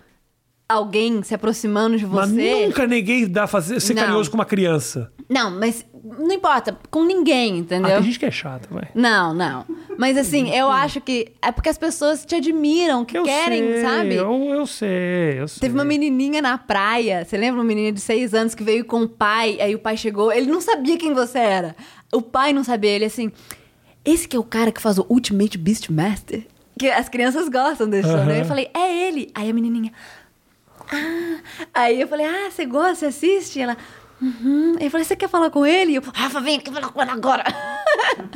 Speaker 3: alguém se aproximando de
Speaker 1: Mas
Speaker 3: você.
Speaker 1: nunca neguei dar fazer, ser
Speaker 3: Não.
Speaker 1: carinhoso com uma criança.
Speaker 3: Não, mas não importa, com ninguém,
Speaker 1: Ah,
Speaker 3: entendeu?
Speaker 1: tem gente que é chata, vai.
Speaker 3: Não, não. Mas assim, eu acho que é porque as pessoas te admiram, que
Speaker 1: Eu
Speaker 3: querem,
Speaker 1: sei,
Speaker 3: sabe?
Speaker 1: Eu, eu sei, eu sei.
Speaker 3: Teve uma menininha na praia, você lembra uma menina de seis anos que veio com o pai, aí o pai chegou, ele não sabia quem você era. O pai não sabia, ele assim, esse que é o cara que faz o Ultimate Beastmaster? Que as crianças gostam desse show, né?
Speaker 1: Aham.
Speaker 3: Eu falei, é ele. Aí a menininha, ah. Aí eu falei, ah, você gosta, você assiste? Ela, uhum. Eu falei, você quer falar com ele? E eu, Rafa, vem aqui falar com ela agora.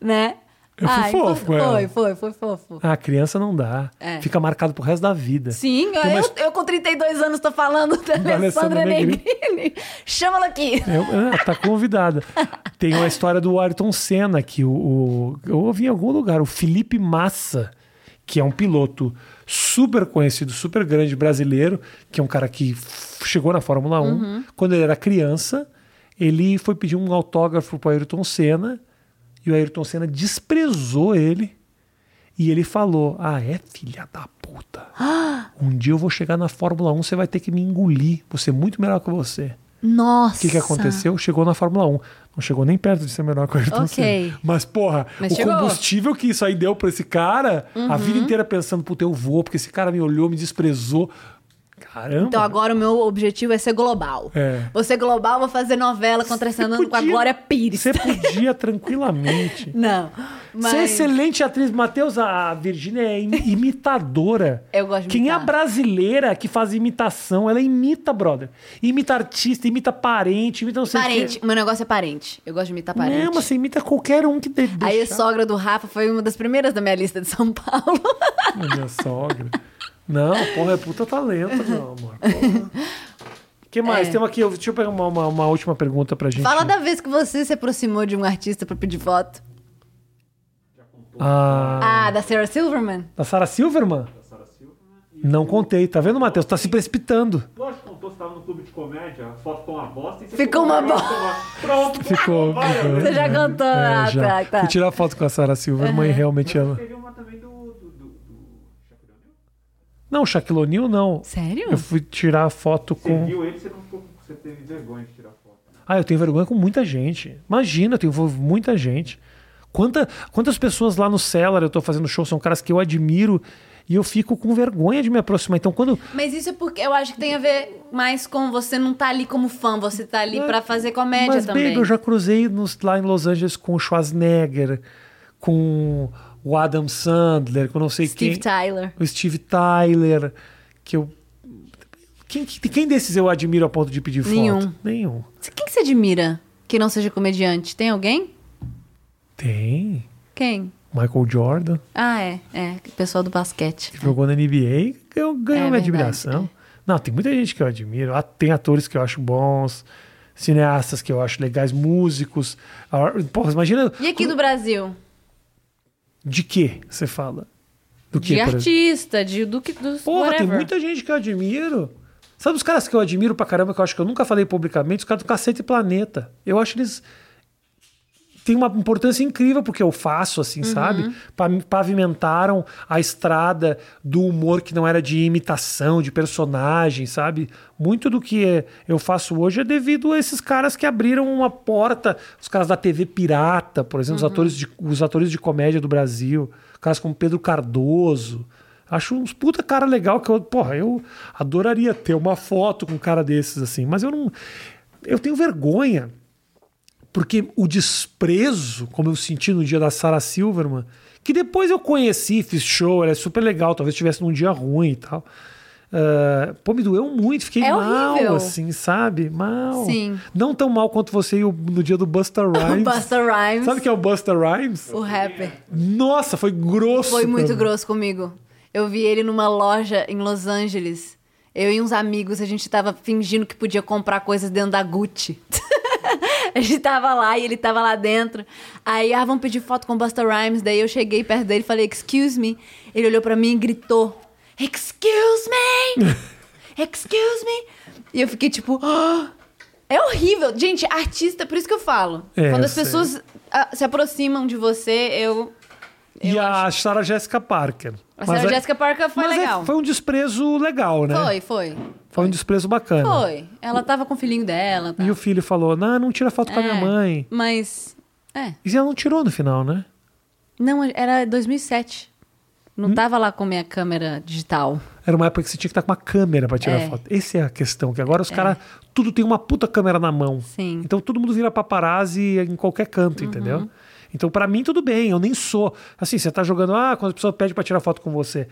Speaker 3: né?
Speaker 1: Eu fui
Speaker 3: Ai,
Speaker 1: fofo com
Speaker 3: foi,
Speaker 1: ela.
Speaker 3: foi, foi, foi fofo.
Speaker 1: Ah, criança não dá.
Speaker 3: tipo. É.
Speaker 1: Fica marcado pro resto da vida.
Speaker 3: Sim,
Speaker 1: Tem uma
Speaker 3: eu, eu com 32 anos tô falando da
Speaker 1: Da Alessandra
Speaker 3: Alessandra Negrini. Chama ela aqui.
Speaker 1: Eu, ah, tá convidada. Tem uma história do Ayrton Senna, que o, o- eu ouvi em algum lugar, o Felipe Massa, que é um piloto super conhecido, super grande brasileiro, que é um cara que f- chegou na Fórmula 1. Quando ele era criança, ele foi pedir um autógrafo pro Ayrton Senna, e o Ayrton Senna desprezou ele. E ele falou: Ah, é filha da puta. Um dia eu vou chegar na Fórmula 1, você vai ter que me engolir. Você é muito melhor que você.
Speaker 3: Nossa.
Speaker 1: O que, que aconteceu? Chegou na Fórmula 1. Não chegou nem perto de ser melhor que o Ayrton
Speaker 3: Ok.
Speaker 1: Senna. Mas, porra,
Speaker 3: Mas
Speaker 1: o
Speaker 3: chegou. Uhum.
Speaker 1: combustível que isso aí deu pra esse cara, a vida inteira pensando, puta, eu vou, porque esse cara me olhou, me desprezou. Caramba.
Speaker 3: Então agora o meu objetivo é ser global.
Speaker 1: É.
Speaker 3: Vou ser global, vou fazer novela contracenando com a
Speaker 1: Podia-
Speaker 3: Glória é Pires.
Speaker 1: Você podia tranquilamente.
Speaker 3: Não. Mas...
Speaker 1: Você é excelente atriz. Matheus, a Virgínia é im- imitadora.
Speaker 3: Eu gosto de
Speaker 1: Quem é
Speaker 3: imitar.
Speaker 1: brasileira que faz imitação, ela imita, brother. Imita artista, imita parente, imita não sei o quê.
Speaker 3: Parente. O meu negócio é parente. Eu gosto de imitar parente.
Speaker 1: Não, mas você imita qualquer um que dê.
Speaker 3: Aí a
Speaker 1: deixar.
Speaker 3: sogra do Rafa foi uma das primeiras da minha lista de São Paulo.
Speaker 1: Minha sogra. Não, porra, é puta talento, meu amor. O que mais?
Speaker 3: É.
Speaker 1: Tem uma aqui, eu- deixa eu pegar uma, uma, uma última pergunta pra gente.
Speaker 3: Fala da vez que você se aproximou de um artista pra pedir foto.
Speaker 1: Ah,
Speaker 3: Ah, da Sarah Silverman.
Speaker 1: da Sara Silverman?
Speaker 2: Da Sara Silva. E
Speaker 1: Não contei, tá vendo, Matheus? Tá se precipitando.
Speaker 2: lógico, contou, você tava no clube de comédia, a foto ficou uma bosta. E você
Speaker 3: Ficou uma
Speaker 2: "Agora eu
Speaker 3: bosta."
Speaker 2: vou tomar." Pronto.
Speaker 1: Ficou.
Speaker 2: Olha,
Speaker 1: ficou.
Speaker 3: Você já cantou, ah,
Speaker 1: É, já.
Speaker 3: tá, tá.
Speaker 1: Fui tirar foto com a Sara Silverman e realmente ela.
Speaker 2: Teve uma também do... do, do, do... Shaquille O'Neal.
Speaker 1: Não, Shaquille O'Neal não.
Speaker 3: Sério?
Speaker 1: Eu fui tirar foto
Speaker 2: Você
Speaker 1: com.
Speaker 2: viu ele, você não ficou... Você teve vergonha de tirar foto.
Speaker 1: Ah, eu tenho vergonha com muita gente. Imagina, eu tenho vo- muita gente. Quanta, quantas pessoas lá no Cellar eu tô fazendo show são caras que eu admiro e eu fico com vergonha de me aproximar. Então, quando.
Speaker 3: Mas isso é porque eu acho que tem a ver mais com você não tá ali como fã, você tá ali pra fazer comédia
Speaker 1: Mas,
Speaker 3: também.
Speaker 1: baby, eu já cruzei nos- lá em Los Angeles com o Schwarzenegger, com o Adam Sandler, com não sei
Speaker 3: Steve
Speaker 1: quem.
Speaker 3: Tyler.
Speaker 1: O Steve Tyler, que eu. Quem, quem desses eu admiro a ponto de pedir foto?
Speaker 3: Nenhum.
Speaker 1: Nenhum.
Speaker 3: Quem que você admira que não seja comediante? Tem alguém?
Speaker 1: Tem.
Speaker 3: Quem?
Speaker 1: Michael Jordan.
Speaker 3: Ah, é. É, o pessoal do basquete.
Speaker 1: que jogou na NBA ganhou, ganhou minha
Speaker 3: verdade,
Speaker 1: admiração.
Speaker 3: é.
Speaker 1: Não, tem muita gente que eu admiro. Ah, Tem atores que eu acho bons, cineastas que eu acho legais, músicos. Ah, Porra, imagina.
Speaker 3: E aqui do Brasil?
Speaker 1: De que você fala? Do que,
Speaker 3: De
Speaker 1: por exemplo?
Speaker 3: artista, de do que dos
Speaker 1: Porra,
Speaker 3: whatever.
Speaker 1: tem muita gente que eu admiro. Sabe os caras que eu admiro pra caramba, que eu acho que eu nunca falei publicamente? Os caras do Cacete Planeta. Eu acho eles. Tem uma importância incrível porque eu faço, assim, sabe? Pa- Pavimentaram a estrada do humor que não era de imitação, de personagem, sabe? Muito do que eu faço hoje é devido a esses caras que abriram uma porta. Os caras da TV Pirata, por exemplo, os, atores de, os atores de comédia do Brasil. Caras como Pedro Cardoso. Acho uns puta cara legal que eu. Porra, eu adoraria ter uma foto com um cara desses, assim. Mas eu não. Eu tenho vergonha Porque o desprezo, como eu senti no dia da Sarah Silverman, que depois eu conheci, fiz show, era super legal, talvez estivesse num dia ruim e tal. Ah, pô, me doeu muito, fiquei
Speaker 3: É
Speaker 1: mal,
Speaker 3: horrível.
Speaker 1: assim, sabe? Mal.
Speaker 3: Sim.
Speaker 1: Não tão mal quanto você e o- no dia do Busta Rhymes.
Speaker 3: O Busta Rhymes,
Speaker 1: Sabe o que é o Busta Rhymes?
Speaker 3: o rapper,
Speaker 1: Nossa, foi grosso.
Speaker 3: foi muito
Speaker 1: cara.
Speaker 3: grosso comigo. Eu vi ele numa loja em Los Angeles. Eu e uns amigos, a gente tava fingindo que podia comprar coisas dentro da Gucci. a gente tava lá e ele tava lá dentro. Aí, ah, vamos pedir foto com o Busta Rhymes. Daí eu cheguei perto dele e falei, excuse me. Ele olhou pra mim e gritou, excuse me! Excuse me! E eu fiquei tipo, "Ah!" é horrível. Gente, artista, por isso que eu falo.
Speaker 1: É,
Speaker 3: Quando
Speaker 1: eu
Speaker 3: as
Speaker 1: sei.
Speaker 3: pessoas ah, se aproximam de você, eu
Speaker 1: E a Sarah Jessica Parker.
Speaker 3: A
Speaker 1: Mas
Speaker 3: Sarah
Speaker 1: é-
Speaker 3: Jessica Parker foi
Speaker 1: mas é-
Speaker 3: legal.
Speaker 1: foi um desprezo legal, né?
Speaker 3: Foi, foi.
Speaker 1: Foi um desprezo bacana.
Speaker 3: Foi. Ela tava com o filhinho dela. Tá.
Speaker 1: E o filho falou: Não, não tira foto com a minha
Speaker 3: É,
Speaker 1: mãe.
Speaker 3: Mas. É.
Speaker 1: E ela não tirou no final, né?
Speaker 3: Não, era 2007.
Speaker 1: Hum?
Speaker 3: Não tava lá com minha câmera digital.
Speaker 1: Era uma época que você tinha que estar com uma câmera pra tirar
Speaker 3: É.
Speaker 1: foto. Essa é a questão, que agora os caras. Tudo tem uma puta câmera na mão.
Speaker 3: Sim. Uhum.
Speaker 1: Então todo mundo vira paparazzi em qualquer canto, entendeu? Então pra mim tudo bem, eu nem sou. Assim, você tá jogando. Ah, quando a pessoa pede pra tirar foto com você.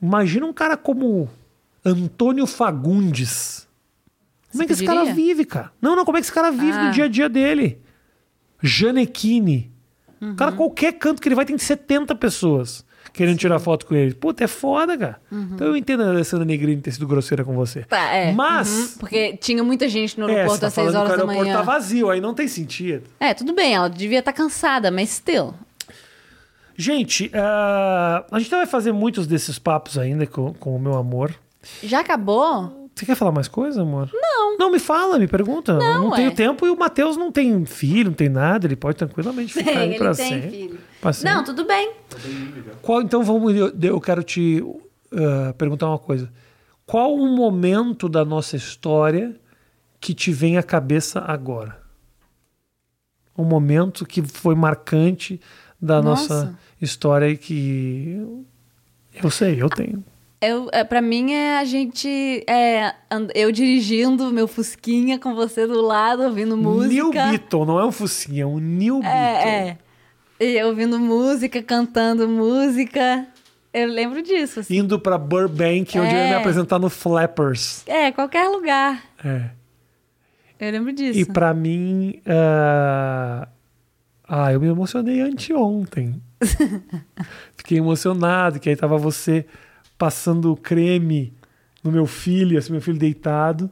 Speaker 1: Imagina um cara como Antônio Fagundes. Como é que esse cara
Speaker 3: pediria?
Speaker 1: vive, cara? Não, não, como é que esse cara vive no
Speaker 3: Ah.
Speaker 1: dia a dia dele? Janequine.
Speaker 3: Uhum.
Speaker 1: Cara, qualquer canto que ele vai tem 70 pessoas querendo tirar foto com ele. Puta, é foda, cara. Então eu entendo a Alessandra Negrini ter sido grosseira com você.
Speaker 3: Tá, Uhum. é.
Speaker 1: Mas-
Speaker 3: Uhum, porque tinha muita gente no
Speaker 1: é,
Speaker 3: aeroporto
Speaker 1: você tá
Speaker 3: às 6
Speaker 1: falando que
Speaker 3: horas
Speaker 1: o
Speaker 3: da
Speaker 1: aeroporto tá
Speaker 3: manhã.
Speaker 1: vazio, aí não tem sentido.
Speaker 3: É, tudo bem, ela devia estar cansada, mas still.
Speaker 1: Gente, ah, a gente vai fazer muitos desses papos ainda com, com o meu amor.
Speaker 3: Já acabou?
Speaker 1: Você quer falar mais coisa, amor? Não. Não, me fala, me pergunta. eu não
Speaker 3: ué.
Speaker 1: tenho tempo e o Matheus não tem filho, não tem nada, ele pode tranquilamente ficar aí Tá pra sempre. pra sempre.
Speaker 3: Não, tudo bem.
Speaker 1: Qual, então, vamos. Eu, eu quero te ah, perguntar uma coisa. Qual o momento da nossa história que te vem à cabeça agora? Um momento que foi marcante da nossa
Speaker 3: Nossa.
Speaker 1: história e que. Eu sei, eu tenho.
Speaker 3: Eu, é, pra mim é a gente. É, and- eu dirigindo meu Fusquinha com você do lado, ouvindo
Speaker 1: New
Speaker 3: música.
Speaker 1: Beatle, não é um focinho, é um New Beatle.
Speaker 3: É, é. E ouvindo música, cantando música. Eu lembro disso. assim.
Speaker 1: Indo pra Burbank, onde eu ia me
Speaker 3: É.
Speaker 1: apresentar no Flappers.
Speaker 3: É, qualquer lugar.
Speaker 1: É.
Speaker 3: Eu lembro
Speaker 1: E
Speaker 3: disso.
Speaker 1: pra mim. ah, Ah, eu me emocionei anteontem. Fiquei emocionado, que aí tava você passando creme no meu filho, assim, meu filho deitado,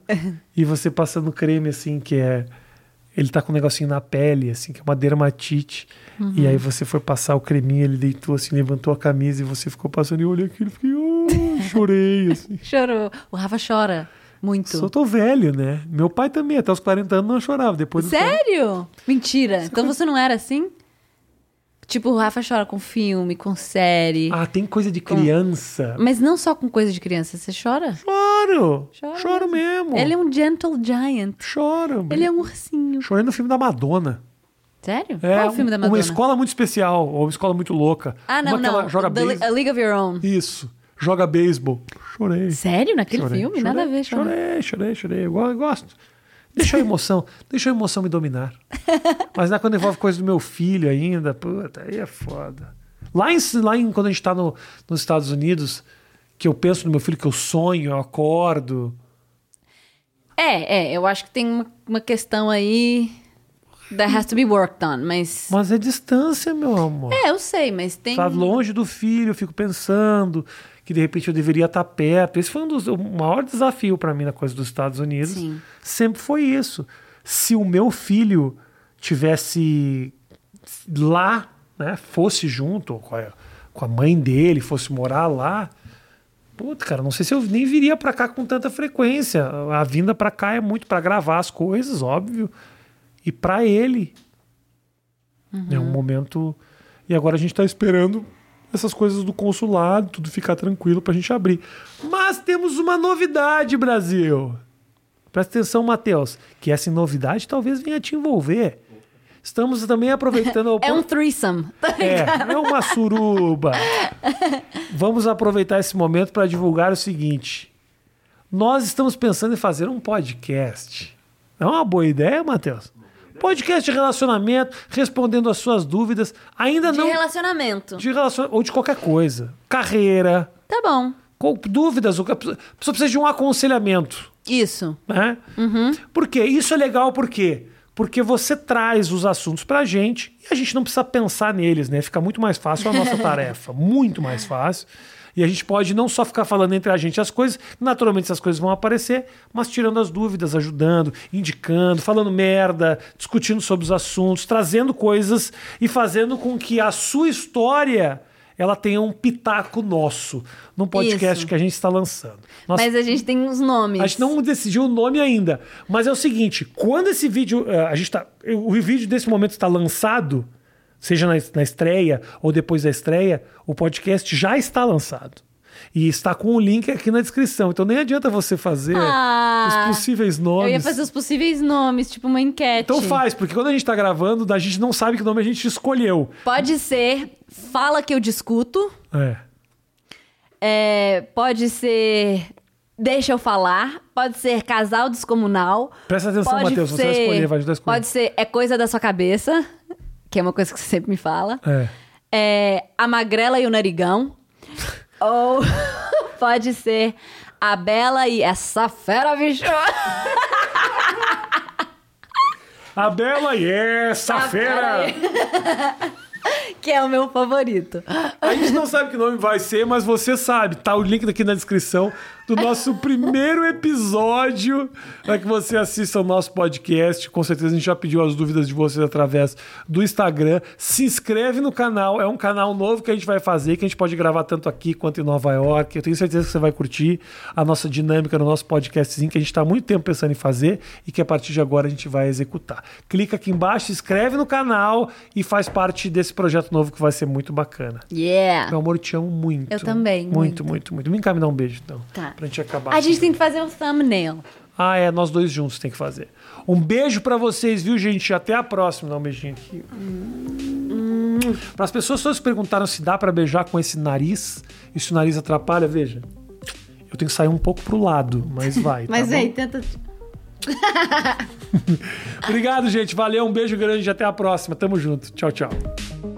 Speaker 1: e você passando creme, assim, que é. Ele tá com um negocinho na pele, assim, que é uma dermatite. E aí você foi passar o creminho, ele deitou, assim, levantou a camisa e você ficou passando. E eu olhei aquilo e fiquei, "Ah", chorei, assim.
Speaker 3: Chorou. O Rafa chora muito.
Speaker 1: Só tô velho, né? Meu pai também, até os 40 anos não chorava. Depois dos 40
Speaker 3: Sério? Mentira. Então você não era assim? Tipo, o Rafa chora com filme, com série.
Speaker 1: Ah, tem coisa de criança.
Speaker 3: Mas não só com coisa de criança. Você chora?
Speaker 1: Choro!
Speaker 3: Chora
Speaker 1: Choro mesmo.
Speaker 3: Ele é um gentle giant.
Speaker 1: Choro.
Speaker 3: Ele é um ursinho.
Speaker 1: Chorei no filme da Madonna.
Speaker 3: Sério?
Speaker 1: É
Speaker 3: Qual o filme da
Speaker 1: um-
Speaker 3: Madonna?
Speaker 1: Uma escola muito especial, ou uma escola muito louca.
Speaker 3: Ah, não,
Speaker 1: uma que
Speaker 3: não.
Speaker 1: ela joga
Speaker 3: The Li-
Speaker 1: beisebol.
Speaker 3: A League of Your Own.
Speaker 1: Isso. Joga beisebol. Chorei.
Speaker 3: Sério? Naquele
Speaker 1: Chorei,
Speaker 3: filme?
Speaker 1: chorei,
Speaker 3: Nada a ver, chora.
Speaker 1: Chorei, chorei, chorei. Eu go- eu gosto. Deixa a emoção, deixa a emoção me dominar. Mas né, quando envolve coisa do meu filho ainda, puta, aí é foda. Lá em, lá em- quando a gente tá no- nos Estados Unidos, que eu penso no meu filho, que eu sonho, eu acordo.
Speaker 3: É, é, eu acho que tem uma, uma questão aí that has to be worked on, mas...
Speaker 1: Mas é distância, meu amor.
Speaker 3: É, eu sei, mas tem... um
Speaker 1: Tá longe do filho, eu fico pensando que de repente eu deveria estar perto. Esse foi um dos, o maior desafio para mim na coisa dos Estados Unidos.
Speaker 3: Sim.
Speaker 1: Sempre foi isso. Se o meu filho tivesse lá, né, fosse junto com a, com a mãe dele, fosse morar lá, puta, cara, não sei se eu nem viria para cá com tanta frequência. A vinda para cá é muito para gravar as coisas, óbvio, e para ele,
Speaker 3: Uhum.
Speaker 1: é um momento. E agora a gente está esperando essas coisas do consulado, tudo ficar tranquilo para a gente abrir. Mas temos uma novidade, Brasil! Presta atenção, Matheus, que essa novidade talvez venha te envolver. Estamos também aproveitando a
Speaker 3: É um
Speaker 1: oportunidade.
Speaker 3: threesome.
Speaker 1: É, é uma suruba. Vamos aproveitar esse momento para divulgar o seguinte: nós estamos pensando em fazer um podcast. É uma boa ideia, Matheus? Podcast de relacionamento, respondendo as suas dúvidas. Ainda
Speaker 3: De
Speaker 1: não.
Speaker 3: relacionamento.
Speaker 1: De relaciona... Ou de qualquer coisa. Carreira.
Speaker 3: Tá bom.
Speaker 1: com dúvidas, o que a pessoa a pessoa precisa de um aconselhamento,
Speaker 3: Isso.
Speaker 1: né?
Speaker 3: Uhum.
Speaker 1: Por quê? Isso é legal por quê? Porque você traz os assuntos pra gente e a gente não precisa pensar neles, né? Fica muito mais fácil a nossa tarefa, muito mais fácil. E a gente pode não só ficar falando entre a gente as coisas, naturalmente essas coisas vão aparecer, mas tirando as dúvidas, ajudando, indicando, falando merda, discutindo sobre os assuntos, trazendo coisas e fazendo com que a sua história ela tenha um pitaco nosso num podcast
Speaker 3: Isso.
Speaker 1: que a gente está lançando. Nós
Speaker 3: Mas a gente tem uns nomes.
Speaker 1: a gente não é. decidiu o nome ainda. Mas é o seguinte: quando esse vídeo. eh, A gente tá, o vídeo desse momento está lançado, seja na, es- na estreia ou depois da estreia, o podcast já está lançado. E está com o link aqui na descrição. Então nem adianta você fazer
Speaker 3: Ah,
Speaker 1: os possíveis nomes.
Speaker 3: Eu ia fazer os possíveis nomes, tipo uma enquete.
Speaker 1: Então faz, porque quando a gente está gravando, a gente não sabe que nome a gente escolheu.
Speaker 3: Pode ser Fala que eu discuto.
Speaker 1: É.
Speaker 3: É, pode ser Deixa eu falar. Pode ser Casal Descomunal.
Speaker 1: Presta atenção,
Speaker 3: pode
Speaker 1: Matheus, você vai
Speaker 3: ser-
Speaker 1: escolher, vai ajudar a escolher.
Speaker 3: Pode ser É Coisa da Sua Cabeça, que é uma coisa que você sempre me fala.
Speaker 1: É.
Speaker 3: É, a Magrela e o Narigão. Ou pode ser A Bela e Essa Fera Bicho.
Speaker 1: A Bela e essa fera!
Speaker 3: que é o meu favorito.
Speaker 1: A gente não sabe que nome vai ser, mas você sabe. Tá o link aqui na descrição do nosso primeiro episódio para que você assista ao nosso podcast. Com certeza a gente já pediu as dúvidas de vocês através do Instagram. Se inscreve no canal. É um canal novo que a gente vai fazer, que a gente pode gravar tanto aqui quanto em Nova York. Eu tenho certeza que você vai curtir a nossa dinâmica no nosso podcastzinho, que a gente está há muito tempo pensando em fazer e que a partir de agora a gente vai executar. Clica aqui embaixo, se inscreve no canal e faz parte desse projeto novo que vai ser muito bacana. Meu
Speaker 3: Yeah.
Speaker 1: amor, eu te amo muito.
Speaker 3: Eu também,
Speaker 1: Muito,
Speaker 3: muito.
Speaker 1: muito, muito. Me encaminha um beijo, então.
Speaker 3: Tá.
Speaker 1: Pra gente acabar.
Speaker 3: A gente tem que fazer um thumbnail.
Speaker 1: Ah, é, nós dois juntos tem que fazer. Um beijo pra vocês, viu, gente? Até a próxima. Dá um beijinho aqui. Para as pessoas todas que perguntaram se dá pra beijar com esse nariz, e se o nariz atrapalha, veja. Eu tenho que sair um pouco pro lado, mas vai. tá
Speaker 3: Mas
Speaker 1: bom?
Speaker 3: aí, tenta.
Speaker 1: Obrigado, gente. Valeu, um beijo grande e até a próxima. Tamo junto. Tchau, tchau.